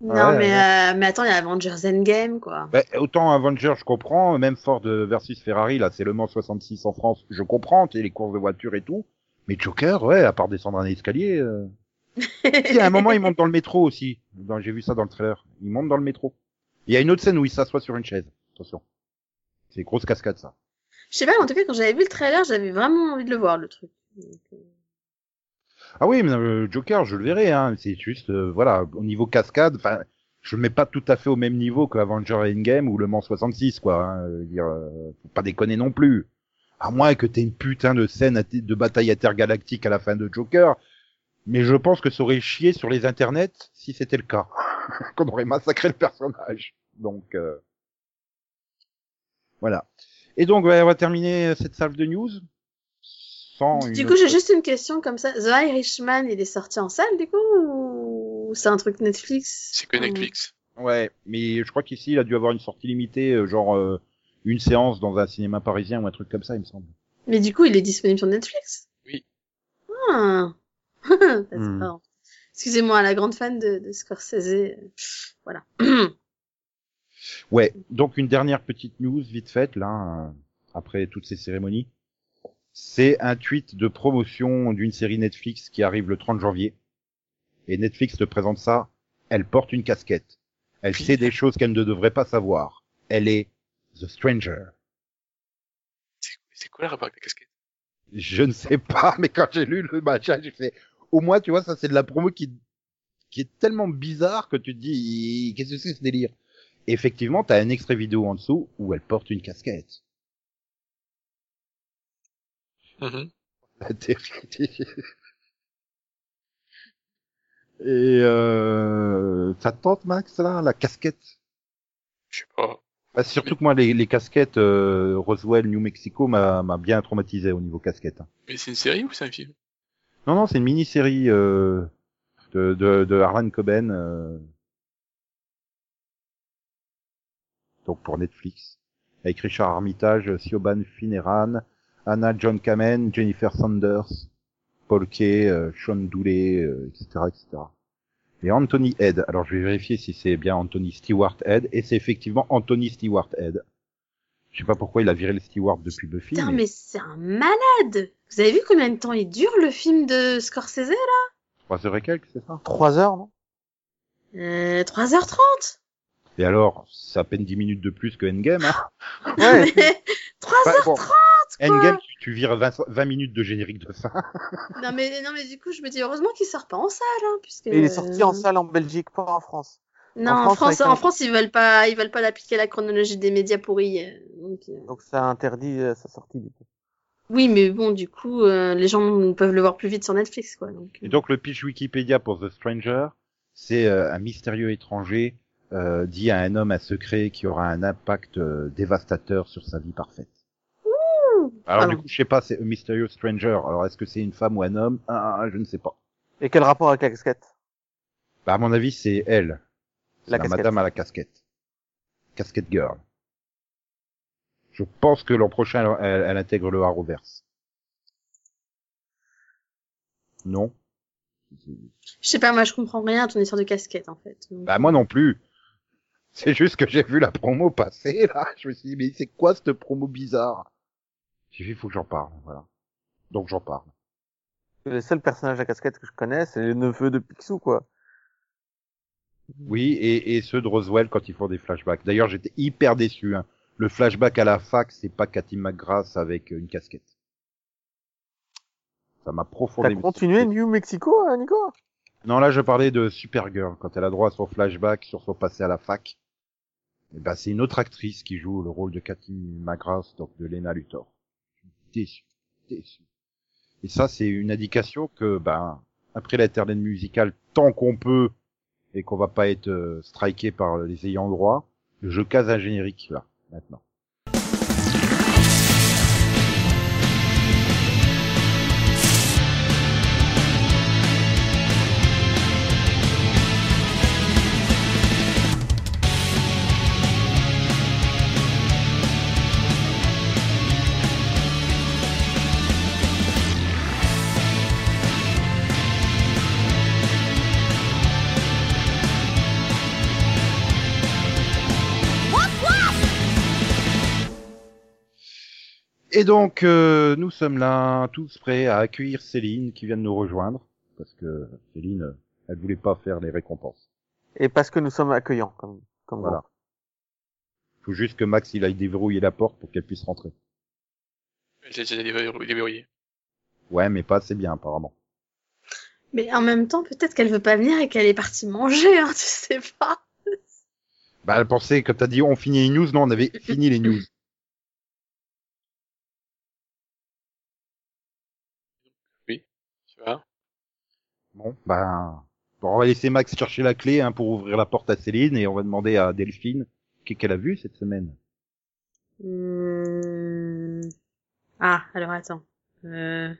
Non, Ah ouais, mais, ouais. euh, mais attends, il y a Avengers Endgame, quoi. Bah, autant Avenger, je comprends. Même Ford euh, versus Ferrari, là, c'est le Mans 66 en France, je comprends. Tu sais, les courses de voitures et tout. Mais Joker, ouais, à part descendre un escalier. euh. Si, à un moment, il monte dans le métro aussi. Dans- J'ai vu ça dans le trailer. Il monte dans le métro. Il y a une autre scène où il s'assoit sur une chaise. Attention. C'est grosse cascade, ça. Je sais pas, mais en tout cas, quand j'avais vu le trailer, j'avais vraiment envie de le voir, le truc. Donc, euh, Ah oui, mais euh, Joker, je le verrai. Hein. C'est juste, euh, voilà, au niveau cascade, enfin, je le mets pas tout à fait au même niveau que Avenger Endgame ou Le Mans 66, quoi. Hein. Euh, dire, euh, faut pas déconner non plus. À moins que t'aies une putain de scène à t- de bataille intergalactique à la fin de Joker. Mais je pense que ça aurait chié sur les internets si c'était le cas. Qu'on aurait massacré le personnage. Donc, euh, voilà. Et donc, ouais, on va terminer euh, cette salve de news. Sans Du une coup, j'ai autre- juste une question comme ça. The Irishman, il est sorti en salle, du coup, ou c'est un truc Netflix C'est que Netflix. Ouais, mais je crois qu'ici, il a dû avoir une sortie limitée, euh, genre euh, une séance dans un cinéma parisien ou un truc comme ça, il me semble. Euh, Mais du coup, il est disponible sur Netflix Oui. Ah. That's Hmm. all. Excusez-moi, la grande fan de, de Scorsese. euh, Voilà. Ouais, donc une dernière petite news, vite faite, là, euh, après toutes ces cérémonies. C'est un tweet de promotion d'une série Netflix qui arrive le 30 janvier. Et Netflix te présente ça. Elle porte une casquette. Elle Puis- sait des choses qu'elle ne devrait pas savoir. Elle est The Stranger. C'est quoi le rapport avec la casquette Je ne sais pas, mais quand j'ai lu le machin, j'ai fait, au moins, tu vois, ça, c'est de la promo qui, qui est tellement bizarre que tu te dis, qu'est-ce que c'est ce délire? Effectivement, t'as un extrait vidéo en dessous où elle porte une casquette. Mhm. T'es ridicule. Et, euh, ça te tente, Max, là, la casquette? Je sais pas. Bah, surtout que moi, les, les casquettes, euh, Roswell, New Mexico m'a, m'a bien traumatisé au niveau casquette. hein. Mais c'est une série ou c'est un film Non, non, c'est une mini-série euh, de, de, de Harlan Coben. euh, Donc pour Netflix. Avec Richard Armitage, Siobhan Fineran, Anna John Kamen, Jennifer Sanders, Paul Kay, euh, Sean Dooley, euh, etc., etc. Et Anthony Head. Alors je vais vérifier si c'est bien Anthony Stewart Head. Et c'est effectivement Anthony Stewart Head. Je sais pas pourquoi il a viré le Stewart depuis Buffy. Putain, mais- mais c'est un malade Vous avez vu combien de temps il dure, le film de Scorsese, là Trois heures et quelques, c'est ça 3 heures, non euh, 3h30 Et alors, c'est à peine 10 minutes de plus que Endgame. Hein. Ouais. Mais 3h30 Enfin, bon, quoi Endgame, tu, tu vires 20, 20 minutes de générique de fin. non, mais, non mais du coup, je me dis heureusement qu'il sort pas en salle. Hein, puisque, Et il est sorti en euh, salle en Belgique, pas en France. Non, En en France, France, avec en un- France, ils veulent pas, ils veulent pas l'appliquer à la chronologie des médias pourris. euh, donc, euh. Donc ça interdit euh, sa sortie du coup. Oui, mais bon, du coup, euh, les gens peuvent le voir plus vite sur Netflix, quoi. Donc, euh. Et donc le pitch Wikipédia pour The Stranger, c'est euh, un mystérieux étranger euh, dit à un homme un secret qui aura un impact euh, dévastateur sur sa vie parfaite. Alors Ah du bon. coup, je sais pas, c'est A Mysterious Stranger. Alors est-ce que c'est une femme ou un homme Ah, Je ne sais pas. Et quel rapport avec la casquette Bah, à mon avis, c'est elle. C'est la La casquette. madame à la casquette. Casquette girl. Je pense que l'an prochain, elle, elle- elle intègre le Arrowverse. Non. je sais pas, moi, je comprends rien à ton histoire de casquette, en fait. Donc, Bah moi non plus. C'est juste que j'ai vu la promo passer là. Je me suis dit mais c'est quoi cette promo bizarre J'ai vu il faut que j'en parle. Voilà. Donc j'en parle. Le seul personnage à casquette que je connais, c'est le neveu de Picsou quoi. Oui et, et ceux de Roswell quand ils font des flashbacks. D'ailleurs j'étais hyper déçu. hein. Le flashback à la fac c'est pas Cathy McGrath avec euh, une casquette. Ça m'a T'as profondément. continué New Mexico, hein, Nico Non, là, je parlais de Supergirl, quand elle a droit à son flashback sur son passé à la fac. Et ben, c'est une autre actrice qui joue le rôle de Cathy Magras, donc de Lena Luthor. Déçu, déçu. Et ça, c'est une indication que, ben, après l'internet musical, tant qu'on peut, et qu'on va pas être euh, striké par les ayants droit, je case un générique, là, maintenant. Et donc, euh, nous sommes là, tous prêts à accueillir Céline qui vient de nous rejoindre, parce que Céline, euh, elle voulait pas faire les récompenses. Et parce que nous sommes accueillants, comme, comme Voilà. Faut juste que Max, il aille déverrouiller la porte pour qu'elle puisse rentrer. J'ai déjà déverrou- déverrouillé. Ouais, mais pas assez bien, apparemment. Mais en même temps, peut-être qu'elle veut pas venir et qu'elle est partie manger, hein, tu sais pas. Bah, elle pensait, comme t'as dit, on finit les news. Non, on avait fini les news. Tu vois Bon, ben, bon, on va laisser Max chercher la clé hein, pour ouvrir la porte à Céline et on va demander à Delphine qu'est-ce qu'elle a vu cette semaine. Hmm. Ah, alors attends. Euh...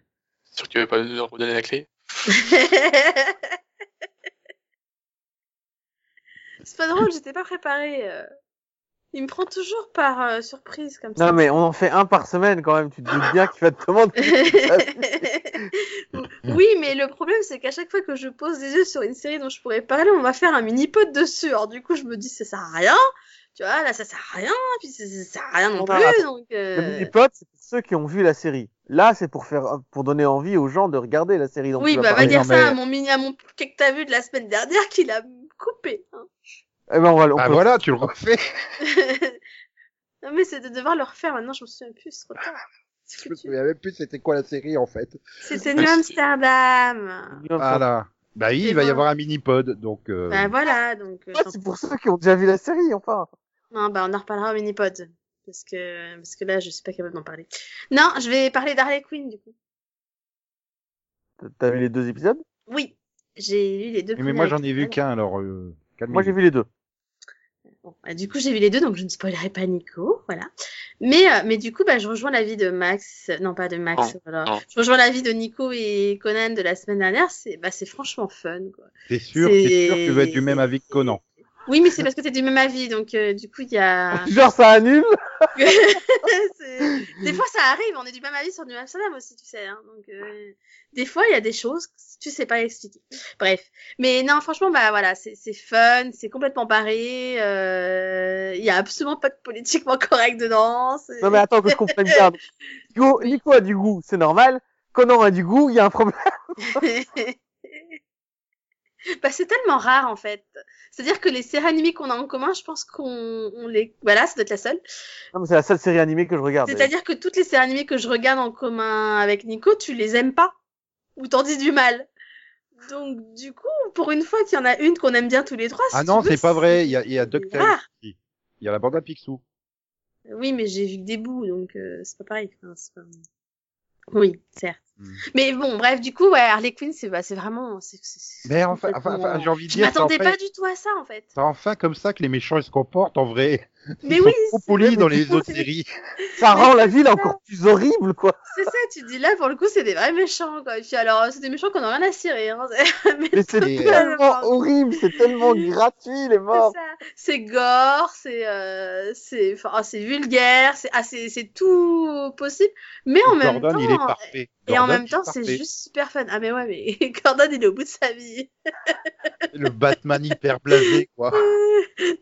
C'est sûr que tu veux pas nous redonner la clé C'est pas drôle, j'étais pas préparée. euh. Il me prend toujours par euh, surprise comme ça. Non, mais on en fait un par semaine quand même, tu te dis bien qu'il va te demander. oui, mais le problème, c'est qu'à chaque fois que je pose des yeux sur une série dont je pourrais parler, on va faire un mini-pod dessus. Alors, du coup, je me dis, ça sert à rien. Tu vois, là, ça sert à rien. Puis, ça, ça sert à rien non On a- plus. Donc, euh, Le mini-pod, c'est pour ceux qui ont vu la série. Là, c'est pour faire, pour donner envie aux gens de regarder la série. dont oui, tu vas bah, va parler. dire Non, mais- ça à mon mini, à mon que t'as vu de la semaine dernière qu'il a coupé. hein. Eh ben, on va, on Ah peut- voilà, tu le refais. non, mais c'est de devoir le refaire maintenant. Je me souviens plus, c'est trop tard. C'est Je me foutu. souviens même plus c'était quoi la série en fait. C'était New Amsterdam. Voilà. Bah oui, Et il va y ben- avoir un mini pod, donc. euh, Bah voilà, donc. euh, Ouais, j'en- c'est pour ceux qui ont déjà vu la série, enfin. Non, bah on en reparlera au mini-pod. Parce que, parce que là, je suis pas capable d'en parler. Non, je vais parler d'Harley Quinn, du coup. T'as vu les deux épisodes Oui, j'ai lu les deux. mais, moi premiers j'en ai vu épisodes. qu'un, alors. Euh... Moi, calmez-vous. j'ai vu les deux. Bon, bah, du coup, j'ai vu les deux, donc je ne spoilerai pas Nico, voilà. Mais, euh, mais du coup, bah, je rejoins l'avis de Max, non pas de Max, voilà. non. Je rejoins l'avis de Nico et Conan de la semaine dernière. C'est, bah, c'est franchement fun, quoi. T'es sûr, t'es sûr que tu vas être C'est- du même avis que Conan. Oui, mais c'est parce que t'es du même avis, donc euh, du coup, il y a. Genre, ça annule C'est- des fois, ça arrive. On est du même avis sur New Amsterdam aussi, tu sais. hein. Donc, euh, des fois, il y a des choses que tu sais pas expliquer. Bref. Mais non, franchement, bah voilà, c'est c'est fun, c'est complètement barré. euh, Il y a absolument pas de politiquement correct dedans. c'est- Non, mais attends que je comprenne bien. Nico, Nico a du goût, c'est normal. Conan a du goût, il y a un problème. bah, c'est tellement rare en fait. C'est-à-dire que les séries animées qu'on a en commun, je pense qu'on on les. Voilà, ça doit être la seule. Non, mais c'est la seule série animée que je regarde. C'est-à-dire que toutes les séries animées que je regarde en commun avec Nico, tu les aimes pas ou t'en dis du mal. Donc du coup, pour une fois qu'il y en a une qu'on aime bien tous les trois. Ah si non, tu veux, c'est pas vrai. Il y a, il y a DuckTales. Ah. aussi. Il y a la bande à Picsou. Oui, mais j'ai vu que des bouts, donc euh, c'est pas pareil. Enfin, c'est pas- Oui, certes. Mm. Mais bon, bref, du coup, ouais, Harley Quinn, c'est bah, c'est vraiment. c'est- c'est- c'est Mais enfin, enfin, complètement- enfin, j'ai envie de je dire. c'est en m'attendais fait- pas du tout à ça en fait. C'est enfin comme ça que les méchants ils se comportent en vrai. Ils Mais sont oui, trop c'est- polis dans mais les du coup, autres c'est- séries. Ça rend la ville encore plus horrible, quoi. c'est ça, tu te dis là pour le coup, c'est des vrais méchants quoi. Et puis alors, c'est des méchants qu'on a rien à cirer. Hein. Mais Mais c'est Et- tellement horrible, c'est tellement gratuit, les morts. C'est ça. C'est gore, c'est euh, c'est enfin, ah, c'est vulgaire, c'est ah, c'est c'est tout possible, mais en même Gordon, temps il est parfait. et en Gordon, même il est temps, c'est parfait. juste super fun. Ah mais ouais, mais Gordon il est au bout de sa vie. le Batman hyper blasé quoi.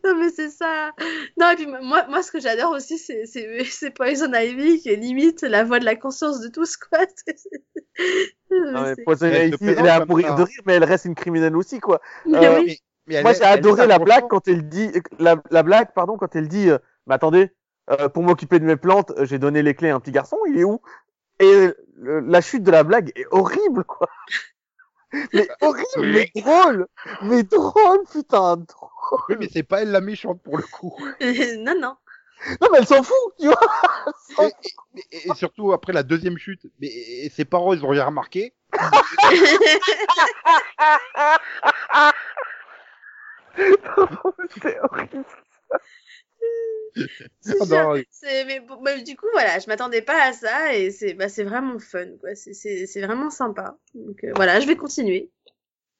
non mais c'est ça. Non et puis moi moi ce que j'adore aussi c'est c'est c'est Poison Ivy qui est limite la voix de la conscience de tous quoi. C'est- c'est- Non, mais c'est- Poison Elle te Ivy, présente elle est à comme mourir ça. hein. de rire, mais elle reste une criminelle aussi, quoi. Mais euh, oui. Mais- mais Moi, elle- j'ai elle adoré est la sa blague conscience. quand elle dit la, la blague, pardon, quand elle dit, euh, mais attendez, euh, pour m'occuper de mes plantes, euh, j'ai donné les clés à un petit garçon. Il est où Et euh, la chute de la blague est horrible, quoi. Mais horrible, mais drôle, mais drôle, putain. drôle. Oui, mais c'est pas elle la méchante pour le coup. non non. Non, mais elle s'en fout, tu vois. Elle s'en Et, et- et surtout après la deuxième chute, mais et ses parents ils ont rien remarqué. fout, c'est horrible. C'est Ah ça. non, C'est- mais, bon, bah, du coup voilà je m'attendais pas à ça et c'est bah, c'est vraiment fun quoi c'est c'est c'est vraiment sympa donc euh, voilà je vais continuer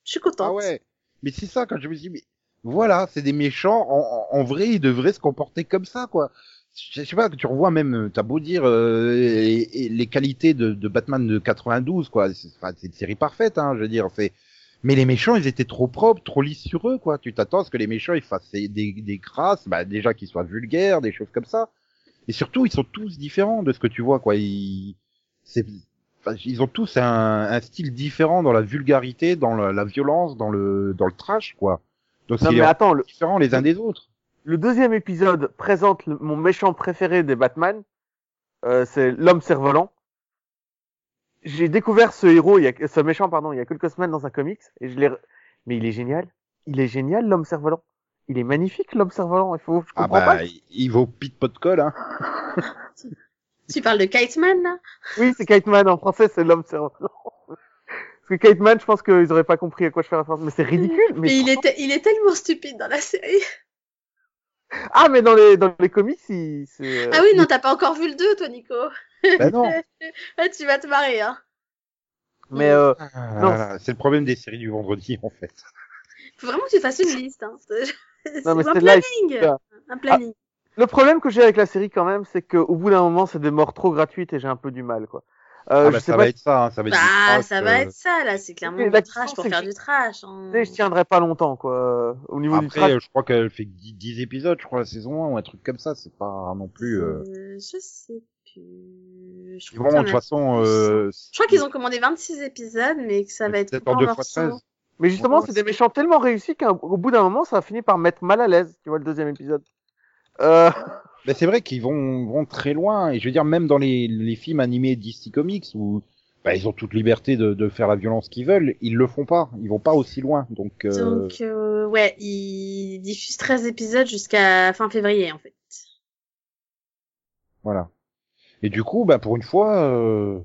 je suis contente ah ouais. Mais c'est ça quand je me dis mais voilà, c'est des méchants en, en- en vrai ils devraient se comporter comme ça quoi. Je je sais pas, tu revois même, euh, t'as beau dire euh, et- et les qualités de, de Batman de 92 quoi, c'est enfin, c'est une série parfaite hein, je veux dire c'est. Mais les méchants ils étaient trop propres, trop lisses sur eux quoi. Tu t'attends à ce que les méchants ils fassent des, des, des crasses, bah déjà qu'ils soient vulgaires, des choses comme ça. Et surtout, ils sont tous différents de ce que tu vois, quoi. Ils, c'est- enfin, ils ont tous un, un style différent dans la vulgarité, dans la, la violence, dans le, dans le trash, quoi. Donc, Non ils mais sont attends, le, différents les uns des autres. le deuxième épisode présente le- mon méchant préféré des Batman, euh, c'est l'homme cerf-volant. J'ai découvert ce héros, il y a, ce méchant pardon, il y a quelques semaines dans un comics et je l'ai, re- mais il est génial, il est génial l'homme cerf-volant, il est magnifique l'homme cerf-volant, il faut, je Ah comprends bah, pas. il- il vaut pit pot de colle, hein. Tu parles de Kiteman, là Oui c'est Kite Man en français, c'est l'homme cerf-volant. Parce que Kite Man, je pense qu'ils auraient pas compris à quoi je fais référence, mais c'est ridicule. Mais, Euh, Mais il est, il est tellement stupide dans la série. ah mais dans les dans les comics, il, c'est. euh, Ah oui, non, t'as pas encore vu le 2, toi, Nico. bah non. Ouais, tu vas te marrer, hein. Mais euh, Ah, Non. là, là, c'est le problème des séries du vendredi, en fait. Faut vraiment que tu fasses une liste, hein. C'est c'est non mais un c'est Ah, là, planning. super. Un planning. Le problème que j'ai avec la série quand même, c'est qu'au bout d'un moment, c'est des morts trop gratuites et j'ai un peu du mal, quoi. Euh, Ah bah, je sais ça pas, va être ça, hein, ça va être. du Bah, trash, ça va euh, être ça, là. C'est clairement mais du la trash question, pour c'est faire que- du trash. hein. tu sais, je tiendrai pas longtemps, quoi. euh, Au niveau du Après, trash. euh, je crois qu'elle fait 10, 10 épisodes, je crois, la saison 1 ou un truc comme ça. C'est pas non plus. euh, Euh, Je sais plus. Je Ils crois vont, qu'il y de en toute a- façon. euh, je crois qu'ils ont commandé 26 épisodes, mais que ça va être peut-être en coupé deux en fois morceaux. 13. Mais justement, Ouais, c'est c'est- des méchants tellement réussis qu'au bout d'un moment, ça a fini par mettre mal à l'aise, tu vois, le deuxième épisode. Euh, Ben, c'est vrai qu'ils vont, vont très loin. Et je veux dire, même dans les, les films animés DC Comics, où ben, ils ont toute liberté de, de faire la violence qu'ils veulent, ils le font pas. Ils vont pas aussi loin. Donc, euh, Donc, euh, ouais, ils diffusent 13 épisodes jusqu'à fin février, en fait. voilà. Et du coup, ben, pour une fois. euh,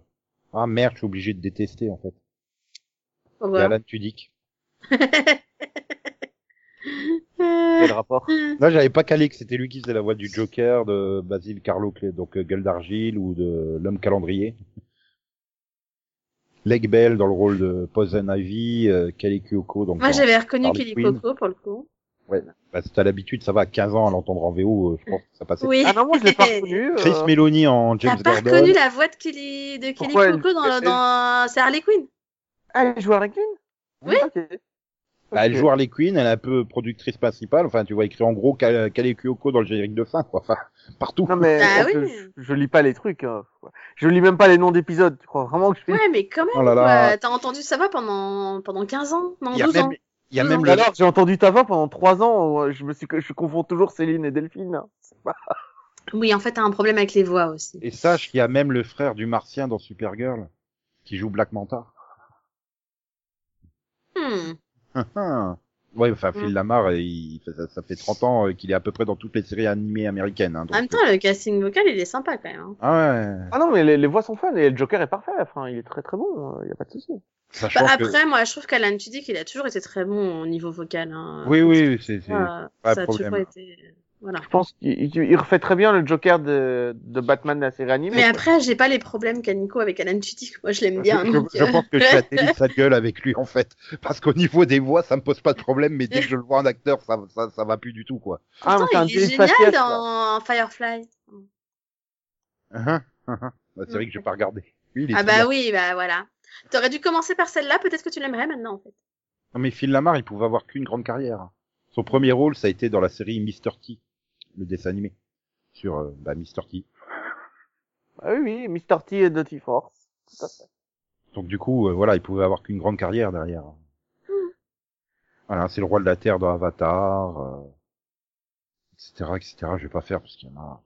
Ah merde, je suis obligé de détester, en fait. Et Au revoir. Alan Tudyk. Euh, quel rapport Là, j'avais pas calé que c'était lui qui faisait la voix du Joker, de Basile Carlo, donc euh, Gueule d'Argile, ou de L'Homme Calendrier. Leg Bell dans le rôle de Poison Ivy, euh, Kelly Kyoko, donc Moi, dans- j'avais reconnu Harley Kelly Quinn. Coco, pour le coup. Bah, si t'as l'habitude, ça va à 15 ans à l'entendre en VO, euh, je pense que ça passait. Oui. Ah non, moi, je l'ai pas reconnu. euh, Chris Meloni en James T'as pas Gordon. reconnu la voix de Kelly, de Kelly Pourquoi elle- Coco dans, elle- dans... C'est Harley Quinn Ah, elle joue avec une Oui. Ok. Bah, elle Ok. joue Harley Quinn, elle est un peu productrice principale. Enfin, tu vois écrit en gros Cal- Kelly Kyoko dans le générique de fin, quoi. Enfin, partout. Non mais Bah je, oui. je- je lis pas les trucs. hein. Je lis même pas les noms d'épisodes. Tu crois vraiment que je lis Ouais, mais quand même, Oh là là. quoi. T'as entendu ça va pendant, pendant 15 ans Non, il y a 12 même, ans. il y a Non, même non. Mais le, alors, j'ai entendu ta voix pendant trois ans. euh, Je me suis, je confonds toujours Céline et Delphine. hein. Oui, en fait, t'as un problème avec les voix aussi. et sache qu'il y a même le frère du martien dans Supergirl, qui joue Black Manta. Hmm. Hum, hum. ouais, enfin, Mm. Phil Lamar, il, ça, ça fait 30 ans euh, qu'il est à peu près dans toutes les séries animées américaines. Hein, donc, En même temps, le casting vocal, il est sympa quand même. hein. Ah ouais, Ah non, mais les, les voix sont fun et le Joker est parfait. Enfin, il est très très bon. Il y a pas de souci. sachant Bah, que... après, moi, je trouve qu'Alan Tudyk, il a toujours été très bon au niveau vocal. Hein. Oui, oui, c'est... c'est- Voilà, pas de ça a problème. toujours été. Voilà. Je pense qu'il il- il refait très bien le Joker de, de Batman de la série animée. Mais quoi. après, j'ai pas les problèmes qu'a Nico avec Alan Tudyk. Moi, je l'aime bien. Ah, je, donc, je- je euh, pense que je suis à télé de sa gueule avec lui en fait, parce qu'au niveau des voix, ça me pose pas de problème, mais dès que je le vois en acteur, ça, ça, ça va plus du tout quoi. ah, mais c'est Attends, un il est vieil génial faciès, quoi. dans Firefly. Hein, hein. Bah, c'est vrai que j'ai pas regardé. Lui, il est Ah bah super. oui, bah voilà. T'aurais dû commencer par celle-là, peut-être que tu l'aimerais maintenant en fait. Non, mais Phil Lamar, il pouvait avoir qu'une grande carrière. Son premier rôle, ça a été dans la série Mister T, le dessin animé sur euh, bah, Mister T. Ah oui, oui, Mr. T et Dirty Force. Tout à fait. Donc du coup, euh, voilà, il pouvait avoir qu'une grande carrière derrière. Hmm. Voilà, c'est le roi de la terre dans Avatar, euh, etc., etc. Je vais pas faire parce qu'il y en a.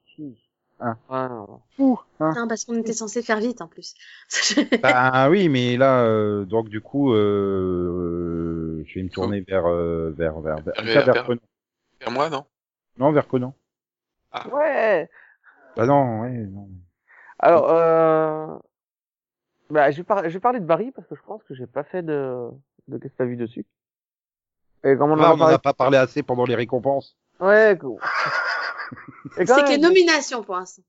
Ouais, non, non. Ouh, hein. Non, parce qu'on était censé faire vite en plus. Bah oui, mais là, euh, donc du coup, euh, euh, je vais me tourner vers euh, vers vers vers, Vers- vers vers- Conan. Vers moi, non Non, vers Conan. Ouais. Bah non, ouais, non. Alors, euh... bah, je vais, par- je vais parler de Barry parce que je pense que j'ai pas fait de, de qu'est-ce que t'as vu dessus. Et comme Bah, on en Là, a on en parlé- a pas parlé assez pendant les récompenses. Ouais. cool. Et C'est quand que les même- nominations pour l'instant.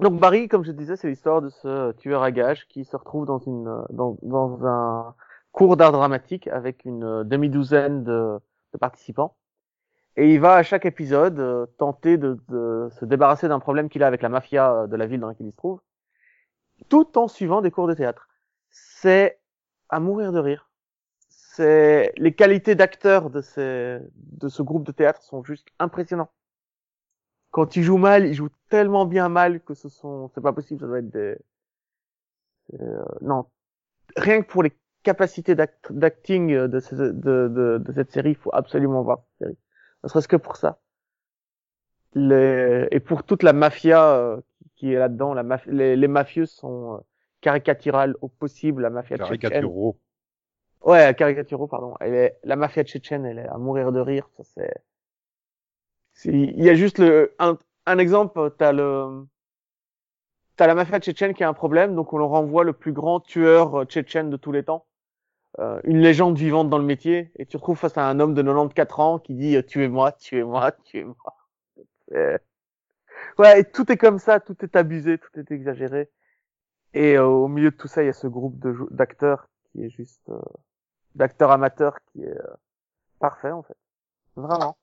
Donc Barry, comme je disais, c'est l'histoire de ce tueur à gages qui se retrouve dans une euh, dans, dans un cours d'art dramatique avec une euh, demi-douzaine de, de participants. Et il va à chaque épisode euh, tenter de, de se débarrasser d'un problème qu'il a avec la mafia euh, de la ville dans laquelle il se trouve, tout en suivant des cours de théâtre. C'est à mourir de rire. C'est les qualités d'acteurs de ces de ce groupe de théâtre sont juste impressionnantes. quand il joue mal, il joue tellement bien mal que ce sont, c'est pas possible, ça doit être des, euh, non, rien que pour les capacités d'act- d'acting euh, de, ce- de, de, de cette série, il faut absolument voir cette série. Ne serait-ce que pour ça. Les... Et pour toute la mafia euh, qui est là-dedans, la maf- les, les mafieux sont euh, caricaturales au possible, la mafia tchétchène. Caricaturaux. Ouais, caricaturaux, pardon. Elle est, la mafia tchétchène, elle est à mourir de rire. Ça, c'est... c'est- Il y a juste le, un, un exemple, t'as le, t'as la mafia tchétchène qui a un problème, donc on leur renvoie le plus grand tueur euh, tchétchène de tous les temps. Euh, une légende vivante dans le métier, et tu te retrouves face à un homme de 94 ans qui dit euh, tuez-moi, tuez-moi, tuez-moi. C'est- Ouais, et tout est comme ça, tout est abusé, tout est exagéré. Et euh, au milieu de tout ça, il y a ce groupe de jou- d'acteurs qui est juste euh, d'acteurs amateurs qui est euh, parfait en fait. Vraiment.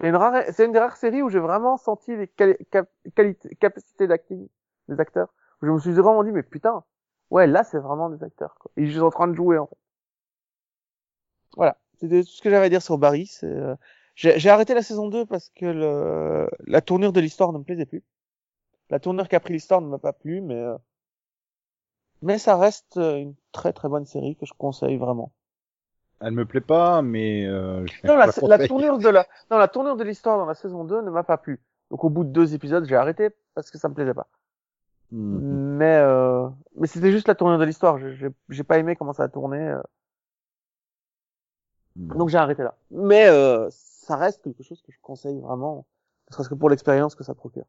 C'est une rare, c'est une des rares séries où j'ai vraiment senti les quali- cap- qualités- capacités d'acting des acteurs. Où je me suis vraiment dit mais putain, ouais là c'est vraiment des acteurs. Quoi. Ils sont en train de jouer en fait. Voilà, c'était tout ce que j'avais à dire sur Barry. c'est, euh, J'ai j'ai arrêté la saison 2 parce que le, la tournure de l'histoire ne me plaisait plus. La tournure qu'a pris l'histoire ne m'a pas plu, mais euh, mais ça reste euh, une très très bonne série que je conseille vraiment. Elle me plaît pas, mais euh, je Non, la la, la conseille. tournure de la, non, la tournure de l'histoire dans la saison 2 ne m'a pas plu. Donc au bout de deux épisodes, j'ai arrêté parce que ça me plaisait pas. Hmm. Mais euh, mais c'était juste la tournure de l'histoire. J'ai- J'ai j'ai pas aimé comment ça a tourné, euh, donc j'ai arrêté là. Mais euh, ça reste quelque chose que je conseille vraiment, ne serait-ce que pour l'expérience que ça procure.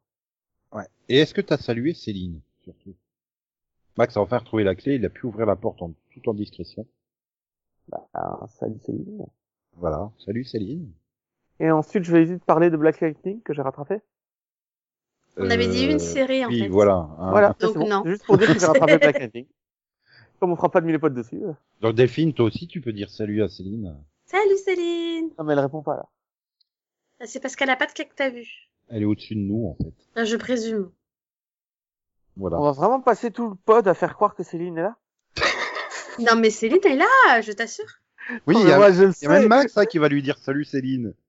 Ouais. Et est-ce que t'as salué Céline surtout Max a enfin retrouvé la clé, il a pu ouvrir la porte en, tout en discrétion. Ah, salut Céline. Voilà. Salut Céline. Et ensuite, je vais essayer de parler de Black Lightning que j'ai rattrapé. On avait dit une Euh, série, en oui, fait. voilà. hein. Voilà, ça, Donc, c'est bon. non. C'est juste pour dire que j'ai rattrapé Black Lightning. Comme on fera pas de mille potes dessus, euh, Dans Delphine, toi aussi, tu peux dire salut à Céline. Salut Céline Ah, non mais elle répond pas là. C'est parce qu'elle a pas de cas que t'as vu. Elle est au-dessus de nous, en fait. Enfin, je présume. Voilà. On va vraiment passer tout le pod à faire croire que Céline est là. Non, mais Céline est là, je t'assure. Oui, Oh, il mais y, a- moi, je le il y a même sais. Max hein, qui va lui dire salut Céline.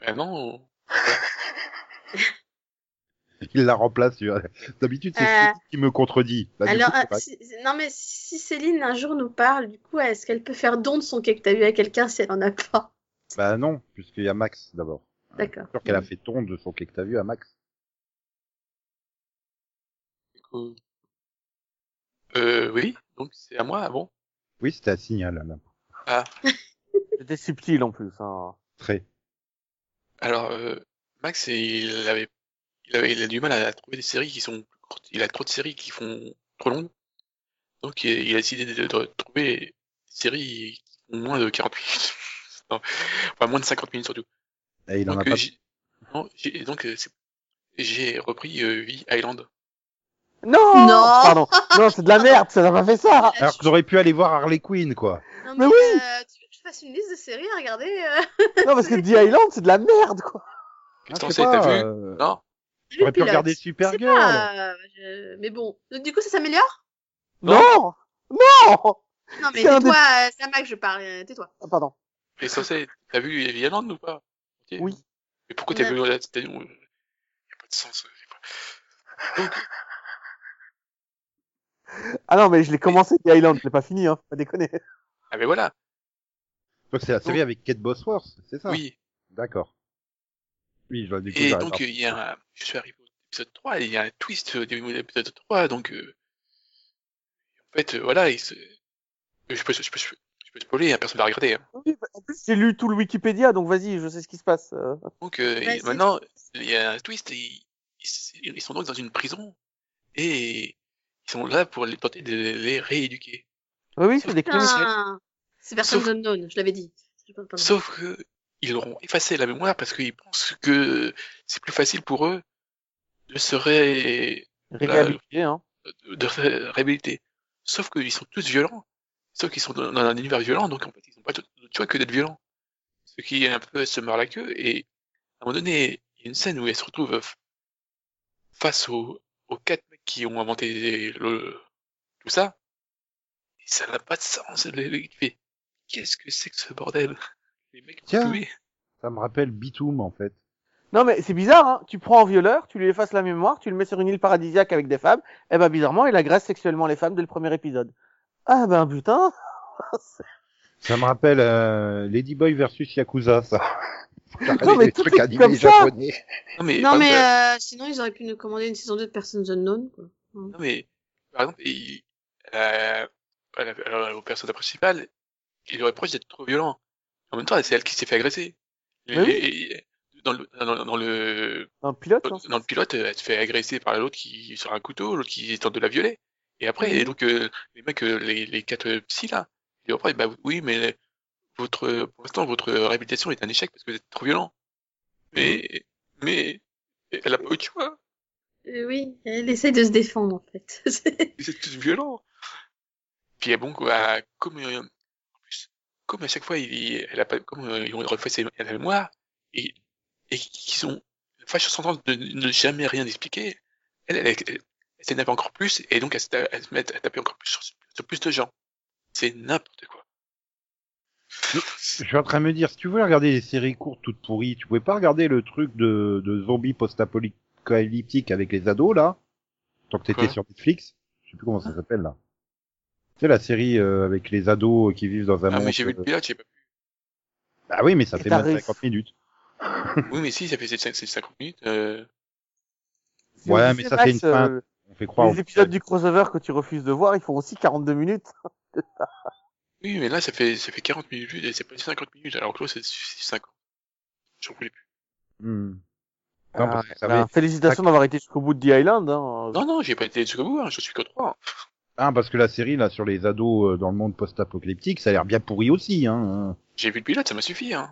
Ben non. Il la remplace. tu vois. D'habitude, c'est Euh, Céline qui me contredit. Là, du Alors, coup, c'est euh, Max. si- non, mais si Céline un jour nous parle, du coup, est-ce qu'elle peut faire don de son cas que t'as vu à quelqu'un si elle en a pas Bah non, puisqu'il y a Max d'abord. euh, D'accord. C'est sûr qu'elle a fait ton de son quai que t'as vu à Max. du coup. Euh, oui, donc c'est à moi, ah bon Oui, c'était un signal, là. C'était subtil en plus. Hein. Très. Alors, euh, Max, il avait, il avait, il a du mal à trouver des séries qui sont plus courtes. Il a trop de séries qui font trop longues. Donc, il, il a décidé de, de trouver des séries qui font moins de 40 minutes. Non. Enfin, moins de 50 minutes surtout. Et il en a donc, euh, pas. j'ai- non, j'ai- et donc, euh, c'est- j'ai repris euh, V Island. Ah, Non, Non. Pardon. Non, c'est de la merde, ça n'a pas fait ça. Alors que j'aurais pu aller voir Harley Quinn, quoi. Non, mais, Mais oui. euh, tu veux que je fasse une liste de séries à regarder euh Non, parce que The Island, c'est de la merde, quoi. Qu'est-ce Ah, que je sais t'en sais, t'as pas, vu euh, Non J'aurais pu Pilote. regarder Je sais Supergirl. pas, euh, je- Mais bon. Donc, du coup, ça s'améliore Non, non. Non, mais C'est un tais-toi, euh, c'est à Mac que je parle, euh, tais-toi. Ah, pardon. Et censé, t'as vu V Island ou pas Ok. Oui. Mais pourquoi t'as Ouais. vu la t'as dit, oh, y a pas de sens. euh, Ah non, mais je l'ai commencé The Island, je l'ai pas fini, hein. Faut Pas déconner. Ah, mais voilà. Donc c'est la série avec Kate Bosworth, c'est ça Oui. D'accord. Oui, je vois du coup. Et j'arrête donc, pas. euh, il y a un... je suis arrivé au épisode 3, et il y a un twist au début de l'épisode 3, donc, euh, en fait, euh, voilà, il se... je, peux, je, peux, je peux spoiler, hein, personne ne va regarder. hein. Oui, en plus, j'ai lu tout le Wikipédia, donc vas-y, je sais ce qui se passe. euh. Donc, euh, et Vas-y. maintenant, il y a un twist, et ils, ils- ils sont donc dans une prison, et ils sont là pour les, tenter de les rééduquer. Oui, oui, c'est des Putain. cliniques. Putain. C'est personne Sauf- unknown, je l'avais dit. Pardon. Sauf que ils auront effacé la mémoire parce qu'ils pensent que c'est plus facile pour eux de se ré... Réhabilitées, hein. de ré- réhabiliter. Sauf qu'ils sont tous violents. Sauf qu'ils sont dans, dans un univers violent, donc en fait, ils n'ont pas d'autre d'autre choix que d'être violents. Ce qui est un peu se meurt la queue. Et à un moment donné, il y a une scène où elle se retrouve f- face aux, aux quatre mecs qui ont inventé le, tout ça. Et ça n'a pas de sens. Le- le- tu fais, Qu'est-ce que c'est que ce bordel Les mecs ont Tiens. tué. Ça me rappelle Bitoum en fait. Non, mais c'est bizarre, hein. Tu prends un violeur, tu lui effaces la mémoire, tu le mets sur une île paradisiaque avec des femmes, et ben, bizarrement, il agresse sexuellement les femmes dès le premier épisode. Ah, ben, putain. Ça me rappelle euh, Ladyboy versus Yakuza, ça. Non, mais des tout trucs est animés comme ça. japonais. Non, mais, Non, par mais exemple, euh, sinon, ils auraient pu nous commander une saison 2 de Persons Unknown, quoi. Non, mais par exemple, il, euh, à la- alors, au personnage principal, il aurait proche d'être trop violent. En même temps, c'est elle qui s'est fait agresser. Et- Mais oui. et- et dans, le, dans, dans le Dans le pilote, hein. dans le pilote, elle se fait agresser par l'autre qui sort un couteau, l'autre qui tente de la violer. Et après, et donc euh, les mecs, euh, les, les quatre euh, psys là, ils après, bah oui, mais votre euh, pour l'instant votre réhabilitation est un échec parce que vous êtes trop violent. Mhm. Mais mais elle a pas eu de choix. Euh, oui, elle essaye de se défendre, en fait. C'est- Vous êtes tous violents. Puis euh, bon, quoi, comme, euh, en plus, comme à chaque fois, il, il- elle a pas, comme euh, ils ont refait ses, la mémoire, et, et qu'ils ont la fâcheuse tendance de ne jamais rien expliquer, elle, elle, elle, elle s'énerve encore plus, et donc elle, se ta- elle se met à taper encore plus sur, sur plus de gens. C'est n'importe quoi. Je suis en train de me dire, si tu voulais regarder des séries courtes toutes pourries, tu pouvais pas regarder le truc de, de zombies post-apocalyptiques avec les ados, là Tant que t'étais Quoi sur Netflix Je sais plus comment ça s'appelle, là. C'est la série euh, avec les ados qui vivent dans un Ah, monde... mais j'ai vu le euh, pilote, j'ai pas Ah oui, mais ça Et fait t'as moins de raison. 50 minutes. Oui, mais si, ça fait 7, 50 minutes, euh, Si Ouais, on mais dit ça, c'est Max, une fin. euh, On fait croire... aux- les épisodes du crossover que tu refuses de voir, ils font aussi 42 minutes. oui, mais là, ça fait, ça fait 40 minutes, et c'est pas 50 minutes, alors que l'autre, c'est c'est 50. J'en voulais plus. Hmm. Non, parce que ça Ben, avait- félicitations d'avoir été jusqu'au bout de The Island. Hein. Non, non, j'ai pas été jusqu'au bout, hein, je suis que 3. Ah, parce que la série, là, sur les ados euh, dans le monde post-apocalyptique, ça a l'air bien pourri aussi, hein. J'ai vu le pilote, ça m'a suffi. Hein.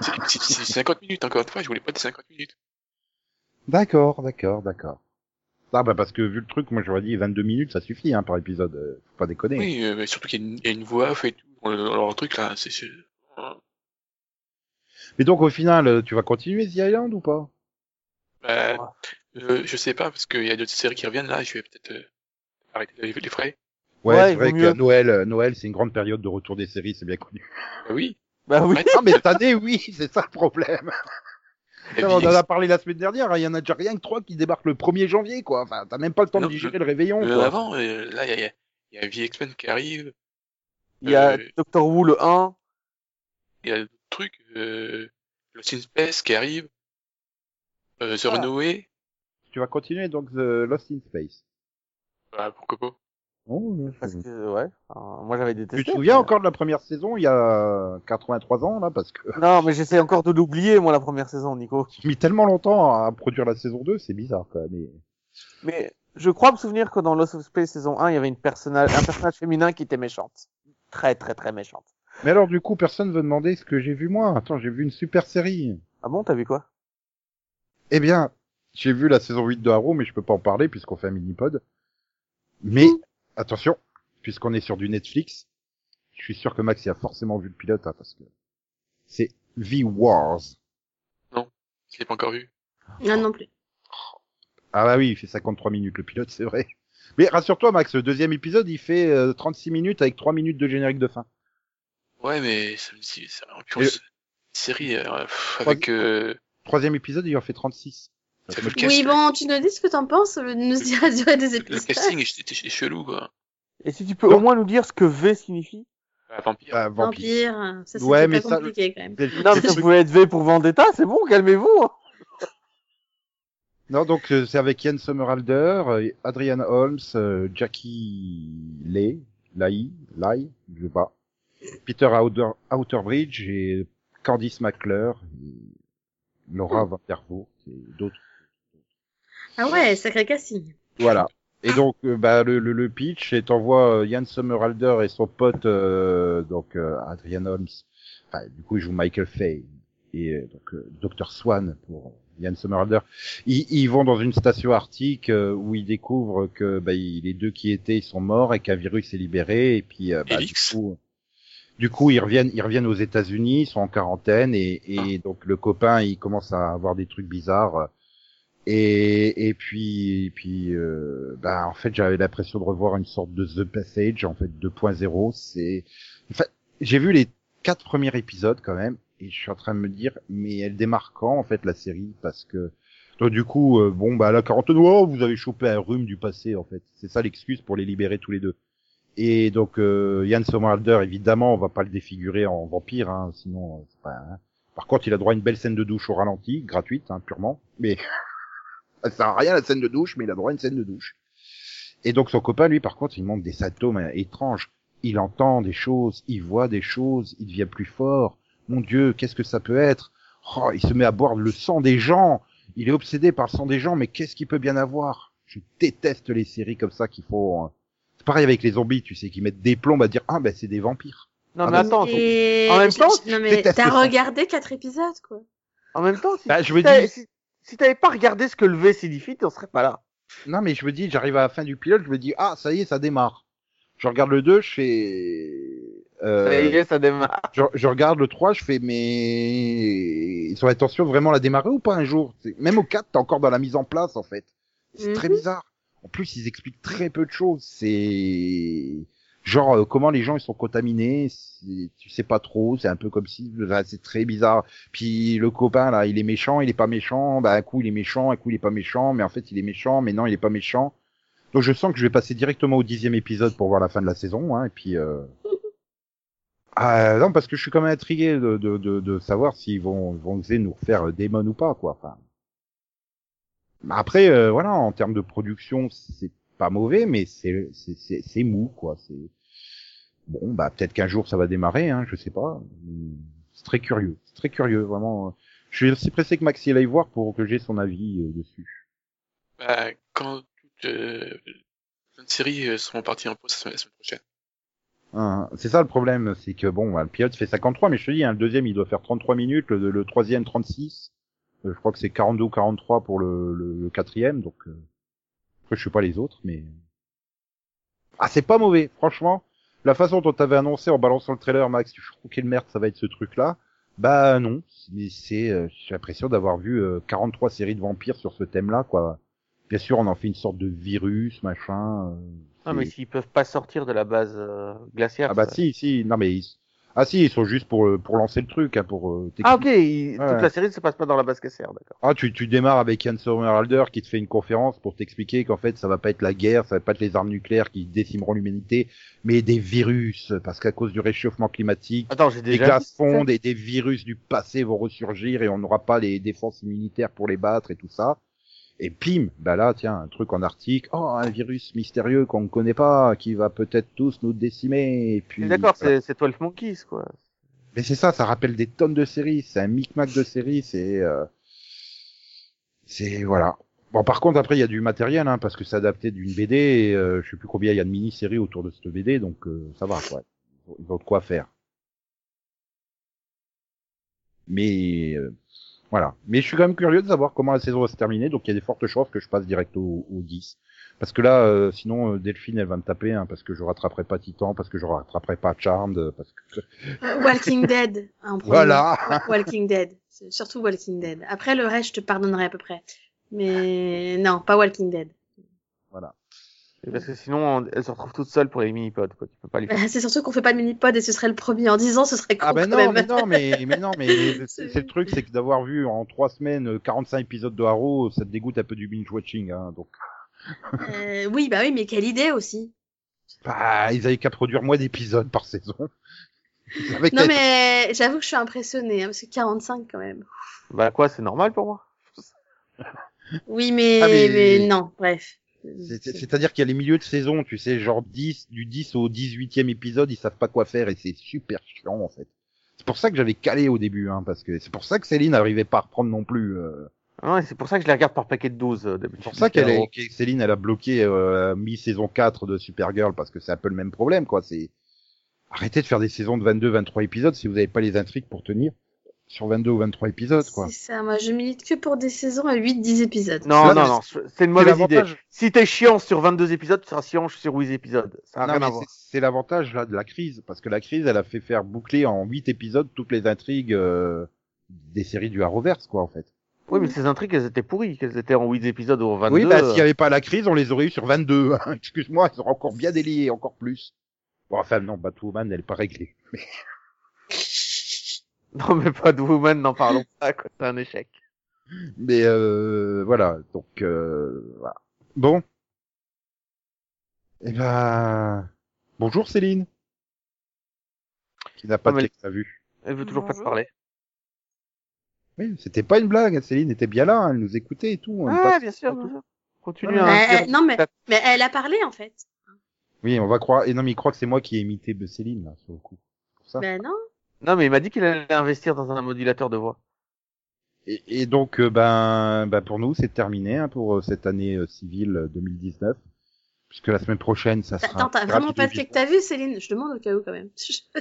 C'est- C'est c'est 50 minutes, encore une fois, je voulais pas de 50 minutes. D'accord, d'accord, d'accord. Ah bah parce que vu le truc, moi j'aurais dit 22 minutes, ça suffit hein, par épisode. euh, Faut pas déconner. Oui, euh, mais surtout qu'il y, a une- il y a une voix off et tout, dans le- dans leur truc là, c'est... c'est- Mais donc au final, euh, tu vas continuer The Island ou pas Bah, Ouais. euh, je sais pas, parce qu'il y a d'autres séries qui reviennent là, je vais peut-être euh, arrêter de les, les frais. Ouais, c'est il vrai vaut que mieux. Noël, euh, Noël c'est une grande période de retour des séries, c'est bien connu. Bah oui, Bah oui. Ouais, Ah mais cette année, oui, c'est ça le problème. la on vie euh, en a parlé la semaine dernière, hein, il y en a déjà rien que trois qui débarquent le 1er janvier, quoi. Enfin, t'as même pas le temps Non, de digérer le réveillon, Mais quoi. avant, euh, là, il y a- il y a, il y a V-X-Men qui arrive, Il y a Euh, Doctor Who le 1. il y a d'autres trucs, euh, Lost in Space qui arrive, euh, The Ah. Runaway, Tu vas continuer donc The Lost in Space. bah, pourquoi pas. Oh, Parce que, ouais. euh, moi, j'avais détesté. tu te souviens mais- encore de la première saison il y a 83 ans là parce que Non, mais j'essaie encore de l'oublier, moi, la première saison, Nico. j'ai mis tellement longtemps à produire la saison 2, c'est bizarre quoi. Mais Mais je crois me souvenir que dans Lost of Space saison 1, il y avait une personnage, un personnage féminin qui était méchante. Très, très, très méchante. Mais alors, du coup, personne veut demander ce que j'ai vu moi. Attends, j'ai vu une super série. Ah bon, t'as vu quoi Eh bien, j'ai vu la saison 8 de Arrow, mais je peux pas en parler puisqu'on fait un mini-pod. Mais, attention, puisqu'on est sur du Netflix, je suis sûr que Max y a forcément vu le pilote, hein, parce que c'est V-Wars. Je l'ai pas encore vu. Non, non plus. Ah bah oui, il fait 53 minutes le pilote, c'est vrai. Mais rassure-toi, Max, le deuxième épisode, il fait euh, 36 minutes avec 3 minutes de générique de fin. Ouais, mais ça me dit, ça, en Et- plus, série, euh, pff, avec, euh, Troisième épisode, il en fait 36. Ça fait le Oui, casting. bon, tu nous dis ce que t'en penses, au lieu de nous dire la durée des Le épisodes. casting est, est- est chelou, quoi. Et si tu peux Non. au moins nous dire ce que V signifie Bah, vampire. Ah, vampire. Vampire, hein, ça c'était Ouais, pas mais ça- compliqué quand même. C'est le- Non, c'est mais le ça truc- pouvait être V pour Vendetta, c'est bon, calmez-vous. Ah, hein. Non, donc euh, c'est avec Ian Somerhalder, euh, Adrian Holmes, euh, Jackie Lay, Lai, Lai, je sais pas, Peter Outer, Outerbridge et Candice McClure, et Laura Van Der Voort et d'autres. Ah ouais, sacré casting. Voilà. Et donc, euh, bah, le, le, le pitch, c'est t'envoies euh, Ian Somerhalder et son pote, euh, donc euh, Adrian Holmes. Enfin, du coup, il joue Michael Faye et euh, donc euh, Dr Swan pour Ian Somerhalder. Ils, ils vont dans une station arctique euh, où ils découvrent que bah, il- les deux qui étaient ils sont morts et qu'un virus est libéré. Et puis, euh, bah, du Elix. coup, du coup, ils reviennent, ils reviennent aux États-Unis, ils sont en quarantaine et, et donc le copain, il commence à avoir des trucs bizarres. Et, et puis, et puis euh, bah, en fait, j'avais l'impression de revoir une sorte de The Passage, en fait, 2.0. C'est, en fait, j'ai vu les quatre premiers épisodes quand même, Et je suis en train de me dire, mais elle démarre quand, en fait, la série Parce que... Donc, du coup, euh, bon, bah, à la quarantaine, oh, vous avez chopé un rhume du passé, en fait. C'est ça l'excuse pour les libérer tous les deux. Et donc, euh, Yann Somerhalder, évidemment, on va pas le défigurer en vampire, hein, sinon... euh, c'est pas, hein. Par contre, il a droit à une belle scène de douche au ralenti, gratuite, hein, purement. Mais ça sert à rien, la scène de douche, mais il a droit à une scène de douche. Et donc, son copain, lui, par contre, il montre des symptômes euh, étranges. Il entend des choses, il voit des choses, il devient plus fort. Mon Dieu, qu'est-ce que ça peut être oh, Il se met à boire le sang des gens. Il est obsédé par le sang des gens, mais qu'est-ce qu'il peut bien avoir Je déteste les séries comme ça qu'il faut... euh, C'est pareil avec les zombies, tu sais, qui mettent des plombes à dire « Ah, ben, c'est des vampires Non, Ah, mais bah, attends, donc, Et... en même temps, je- non, mais déteste t'as ça. regardé quatre épisodes, quoi. en même temps, ». si Bah, je me t'avais dis... si, si t'avais pas regardé ce que levait Sidifi, t'en serais pas là. Non, mais je me dis, j'arrive à la fin du pilote, je me dis « Ah, ça y est, ça démarre ». Je regarde le 2, je fais... euh, Ça y est, ça démarre. je, je regarde le 3, je fais mais ils ont l'intention de vraiment la démarrer ou pas un jour C'est- Même au 4, t'es encore dans la mise en place en fait. C'est très bizarre. En plus, ils expliquent très peu de choses. C'est genre euh, comment les gens ils sont contaminés, c'est- tu sais pas trop. C'est un peu comme si là, c'est très bizarre. Puis le copain là, il est méchant, il est pas méchant. Bah un coup il est méchant, un coup il est pas méchant, mais en fait il est méchant, mais non il est pas méchant. Donc je sens que je vais passer directement au dixième épisode pour voir la fin de la saison. Hein, et puis euh, ah non, parce que je suis quand même intrigué de, de, de, de savoir s'ils vont, vont oser nous refaire Demon ou pas, quoi. Enfin. Mais Après, euh, voilà, en termes de production, c'est pas mauvais, mais c'est c'est- c'est- c'est mou, quoi. C'est Bon, bah peut-être qu'un jour ça va démarrer, hein, je sais pas. C'est très curieux, c'est très curieux, vraiment. Je suis aussi pressé que Maxi aille voir pour que j'ai son avis euh, dessus. Bah, quand toutes euh, plein de séries euh, seront parties en pause la semaine la semaine prochaine. Hein, c'est ça le problème, c'est que bon, bah, le pilote fait 53, mais je te dis, hein, le deuxième il doit faire 33 minutes, le, le troisième 36, euh, je crois que c'est 42 ou 43 pour le, le, le quatrième, donc euh, après je sais pas les autres, mais ah c'est pas mauvais, franchement. La façon dont t'avais annoncé en balançant le trailer, Max, tu crois quelle merde ça va être ce truc-là Bah non, mais c'est, euh, j'ai l'impression d'avoir vu euh, 43 séries de vampires sur ce thème-là, quoi. Bien sûr, on en fait une sorte de virus, machin. euh, Non, mais c'est- s'ils peuvent pas sortir de la base euh, glaciaire. ah bah ça- si, si, non mais ils... Ah si, ils sont juste pour, euh, pour lancer le truc, hein, pour... euh, t'expliquer. Ah ok, il- Ouais, toute ouais. la série ne se passe pas dans la base glaciaire, d'accord. Ah, tu, tu démarres avec Ian Somerhalder qui te fait une conférence pour t'expliquer qu'en fait ça va pas être la guerre, ça va pas être les armes nucléaires qui décimeront l'humanité, mais des virus, parce qu'à cause du réchauffement climatique, Attends, j'ai les déjà. glaces vu, fondent et des virus du passé vont ressurgir et on n'aura pas les défenses immunitaires pour les battre et tout ça. Et pim, bah là, tiens, un truc en Arctique, oh, un virus mystérieux qu'on ne connaît pas, qui va peut-être tous nous décimer, et puis... D'accord, voilà. c'est c'est 12 Monkeys, quoi. Mais c'est ça, ça rappelle des tonnes de séries, c'est un micmac de séries, c'est... euh, C'est... Voilà. Bon, par contre, après, il y a du matériel, hein, parce que c'est adapté d'une BD, et, euh, je sais plus combien il y a de mini-séries autour de cette BD, donc euh, ça va, quoi. Ils ont de quoi faire. Mais... euh, Voilà. Mais je suis quand même curieux de savoir comment la saison va se terminer, donc il y a des fortes chances que je passe direct au, au 10. Parce que là, euh, sinon, euh, Delphine, elle va me taper, hein, parce que je rattraperai pas Titan, parce que je rattraperai pas Charmed, euh, parce que... Euh, Walking Dead. en premier. Voilà Wa- Walking Dead. C'est Surtout Walking Dead. Après, le reste, je te pardonnerai à peu près. Mais non, pas Walking Dead. Parce que sinon, on- elles se retrouvent toutes seules pour les mini-pods, quoi. Tu peux pas les faire. C'est surtout qu'on fait pas de mini-pod et ce serait le premier. En 10 ans, ce serait con Ah ben quand non, mais même. non, mais, mais non, mais c'est C'est- c'est le truc, c'est que d'avoir vu en trois semaines euh, 45 épisodes de Haro, ça te dégoûte un peu du binge watching. Hein, donc, Euh, oui, bah oui, mais quelle idée aussi. bah, ils avaient qu'à produire moins d'épisodes par saison. Avec Non, mais j'avoue que je suis impressionnée, hein, parce que 45 quand même. Bah quoi, c'est normal pour moi. Oui, mais, Ah, mais- mais... non, bref. C'est-à-dire qu'il y a les milieux de saison, tu sais, genre 10, du 10 au 18e épisode, ils savent pas quoi faire et c'est super chiant en fait. C'est pour ça que j'avais calé au début, hein, parce que c'est pour ça que Céline n'arrivait pas à reprendre non plus. euh, Ah ouais, c'est pour ça que je les regarde par paquet de 12 euh, d'habitude. C'est pour ça qu'elle est, que Céline, elle a bloqué euh, mi-saison 4 de Supergirl parce que c'est un peu le même problème, quoi. C'est arrêtez de faire des saisons de 22, 23 épisodes si vous n'avez pas les intrigues pour tenir sur 22 ou 23 épisodes, quoi. C'est ça, moi je milite que pour des saisons à 8-10 épisodes. Non, Là, non, mais non, c'est une C'est mauvaise idée. l'avantage. Si t'es chiant sur 22 épisodes, tu seras chiant sur 8 épisodes. Ça n'a Non, rien à mais voir. c'est- C'est l'avantage là de la crise parce que la crise, elle a fait faire boucler en 8 épisodes toutes les intrigues euh, des séries du Arrowverse, quoi, en fait. Oui, mais ces intrigues, elles étaient pourries, qu'elles étaient en 8 épisodes ou en 22. Mm. oui, bah s'il n'y euh, avait pas la crise, on les aurait eu sur 22. hein. Excuse-moi, ils auraient encore bien délié, encore plus. Bon, enfin non, Batwoman, elle est pas réglée. Non, mais pas de Woman, n'en parlons pas, quoi. C'est un échec. Mais euh, voilà, donc euh, voilà. Bon. Eh ben, bonjour Céline. Qui n'a pas Ah, mais- de texte à vue. Elle veut toujours pas te Bonjour. parler. Oui, c'était pas une blague. Céline était bien là, hein, elle nous écoutait et tout. on est Ah, pas- bien sûr, bien sûr. Continue Ah, hein, à Mais, inspirer. euh, non, mais, mais elle a parlé, en fait. Oui, on va croire. Et non, mais il croit que c'est moi qui ai imité de Céline là, sur le coup. Pour ça. Ben non. Non, mais il m'a dit qu'il allait investir dans un modulateur de voix. Et, et donc, euh, ben, ben pour nous, c'est terminé hein, pour euh, cette année euh, civile euh, 2019, puisque la semaine prochaine, ça sera. Attends, t'as vraiment Rapido pas de Vivo. que t'as vu, Céline Je demande au cas où, quand même. Je-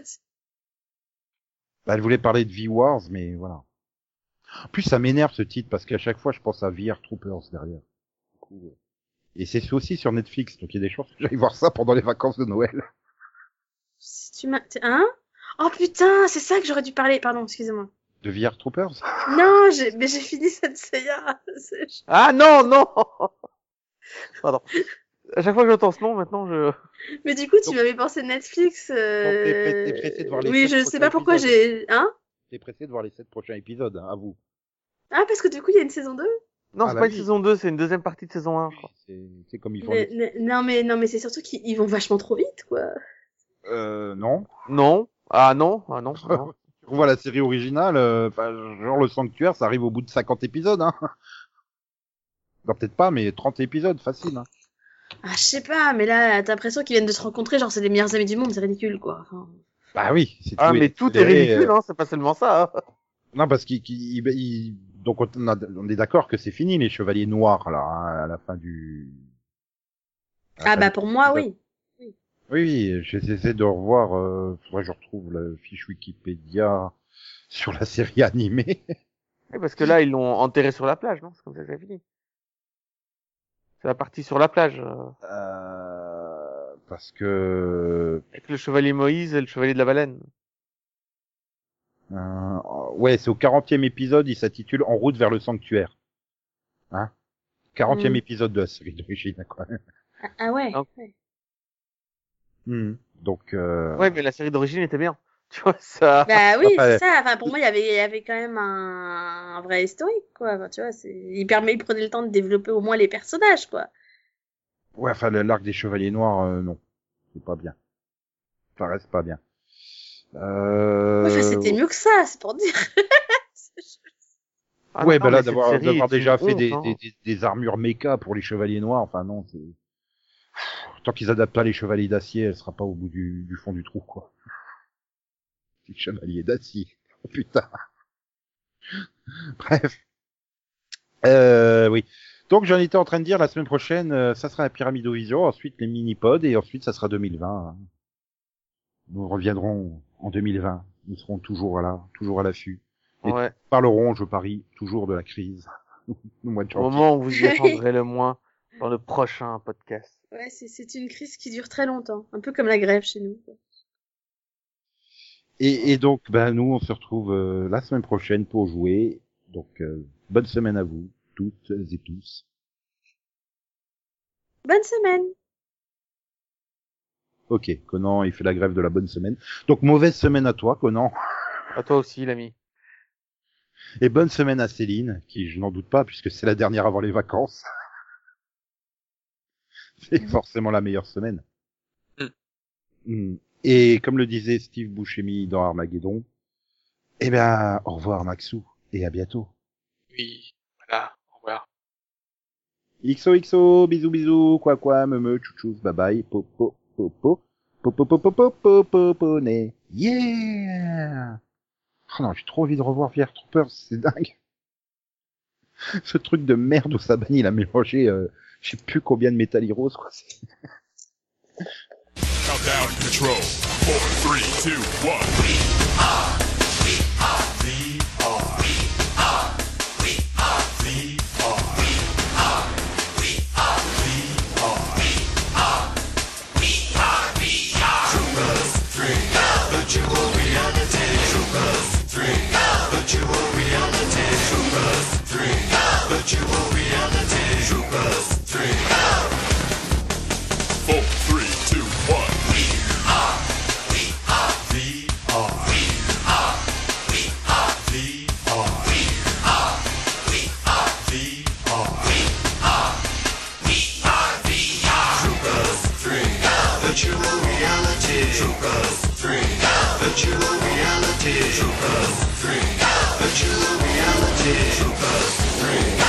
Bah, elle voulait parler de V-Wars, mais voilà. En plus, ça m'énerve ce titre, parce qu'à chaque fois, je pense à VR Troopers derrière. Du coup, euh, Et c'est aussi sur Netflix, donc il y a des chances que j'aille voir ça pendant les vacances de Noël. Si tu m'as... t'es- Hein Oh putain, c'est ça que j'aurais dû parler. Pardon, excusez-moi. De VR Troopers Non, j'ai- mais j'ai fini cette Seiya. C'est- Ah non, non Pardon. À chaque fois que j'entends ce nom, maintenant, je... Mais du coup, tu Donc- m'avais pensé Netflix. euh, t'es pressé de voir les oui, sept je sais pas prochains pourquoi j'ai. Hein T'es pressé de voir les sept prochains épisodes, hein, à vous. Ah, parce que du coup, il y a une saison 2 Non, Ah, c'est bah pas une oui. saison 2, c'est une deuxième partie de saison 1, je crois. C'est c'est comme ils font. mais, mais- Non, mais, non, mais c'est surtout qu'ils ils vont vachement trop vite, quoi. les- Euh, non. Non Ah non Ah non, non. Tu revois la série originale, euh, bah, genre Le Sanctuaire, ça arrive au bout de 50 épisodes, hein. Non, peut-être pas, mais 30 épisodes, facile. hein. Ah, je sais pas, mais là, t'as l'impression qu'ils viennent de se rencontrer, genre, c'est les meilleurs amis du monde, c'est ridicule, quoi. Enfin, Bah oui, c'est Ah mais tout est accéléré, ridicule, euh, hein, c'est pas seulement ça. hein. Non, parce qu'il, qu'il- il- il- donc on, a- on est d'accord que c'est fini les chevaliers noirs là hein, à la fin du. à la Ah, fin bah, du- pour moi, oui. Oui, oui, j'essaie de revoir. Euh, faudrait que je retrouve le fiche Wikipédia sur la série animée. Oui, parce que là, ils l'ont enterré sur la plage, non C'est comme ça que j'ai fini. C'est la partie sur la plage, euh, Euh, parce que avec le chevalier Moïse et le chevalier de la baleine. euh, ouais, c'est au 40e épisode. Il s'intitule En route vers le sanctuaire. Hein 40e Mm. épisode de la série d'origine, quoi. Ah, ah ouais. Non. ouais. Mm. Donc. Euh... Ouais, mais la série d'origine était bien. Tu vois, ça... Bah oui, Après- c'est ça. Enfin, pour moi, il y avait, il y avait quand même un, un vrai historique, quoi. Enfin, tu vois, c'est... il permet, il prenait le temps de développer au moins les personnages, quoi. Ouais, enfin, le- l'arc des chevaliers noirs, euh, non. C'est pas bien. Ça reste pas bien. Euh... Enfin, c'était mieux que ça, c'est pour dire. Ah, ouais, non, bah là, mais cette d'avoir série d'avoir est une déjà fait honte, des, hein. des, des, des armures méca pour les chevaliers noirs, enfin non, c'est... Tant qu'ils adaptent pas les chevaliers d'acier, elle sera pas au bout du, du fond du trou, quoi. Les chevaliers d'acier. Oh, putain. Bref. Euh, oui. Donc j'en étais en train de dire, la semaine prochaine, euh, ça sera la pyramidovision, ensuite les mini-pods, et ensuite ça sera 2020. hein. Nous reviendrons en 2020. Nous serons toujours là, toujours à l'affût des- Ouais, parlerons, je parie, toujours de la crise. Au mois de au janvier. moment où vous y attendrez le moins, dans le prochain podcast. Ouais, c'est, c'est une crise qui dure très longtemps. Un peu comme la grève chez nous. quoi. Et, et donc, ben, nous, on se retrouve euh, la semaine prochaine pour jouer. Donc, euh, bonne semaine à vous, toutes et tous. Bonne semaine! Ok, Conan, il fait la grève de la bonne semaine. Donc, mauvaise semaine à toi, Conan. À toi aussi, l'ami. Et bonne semaine à Céline, qui, je n'en doute pas, puisque c'est la dernière avant les vacances. c'est forcément la meilleure semaine. Mm. Et comme le disait Steve Buscemi dans Armageddon, eh ben, au revoir Maxou, et à bientôt. Oui, voilà, au revoir. XOXO, bisous bisous, quoi quoi, me me, chouchou, bye bye, popo, popo, popo, popo, popo, poponé. Yeah! Oh non, j'ai trop envie de revoir VR Troopers, c'est dingue. Ce truc de merde où Sabani il a mélangé, euh, je sais plus combien de Metal Heroes, quoi. c'est- Countdown control. Four, three, two, one. We are. We are. Four, three, two, one. We are. We are. We are. We are. Virtual reality. Troopers 3. Virtual reality. Troopers 3. Virtual reality. Troopers 3.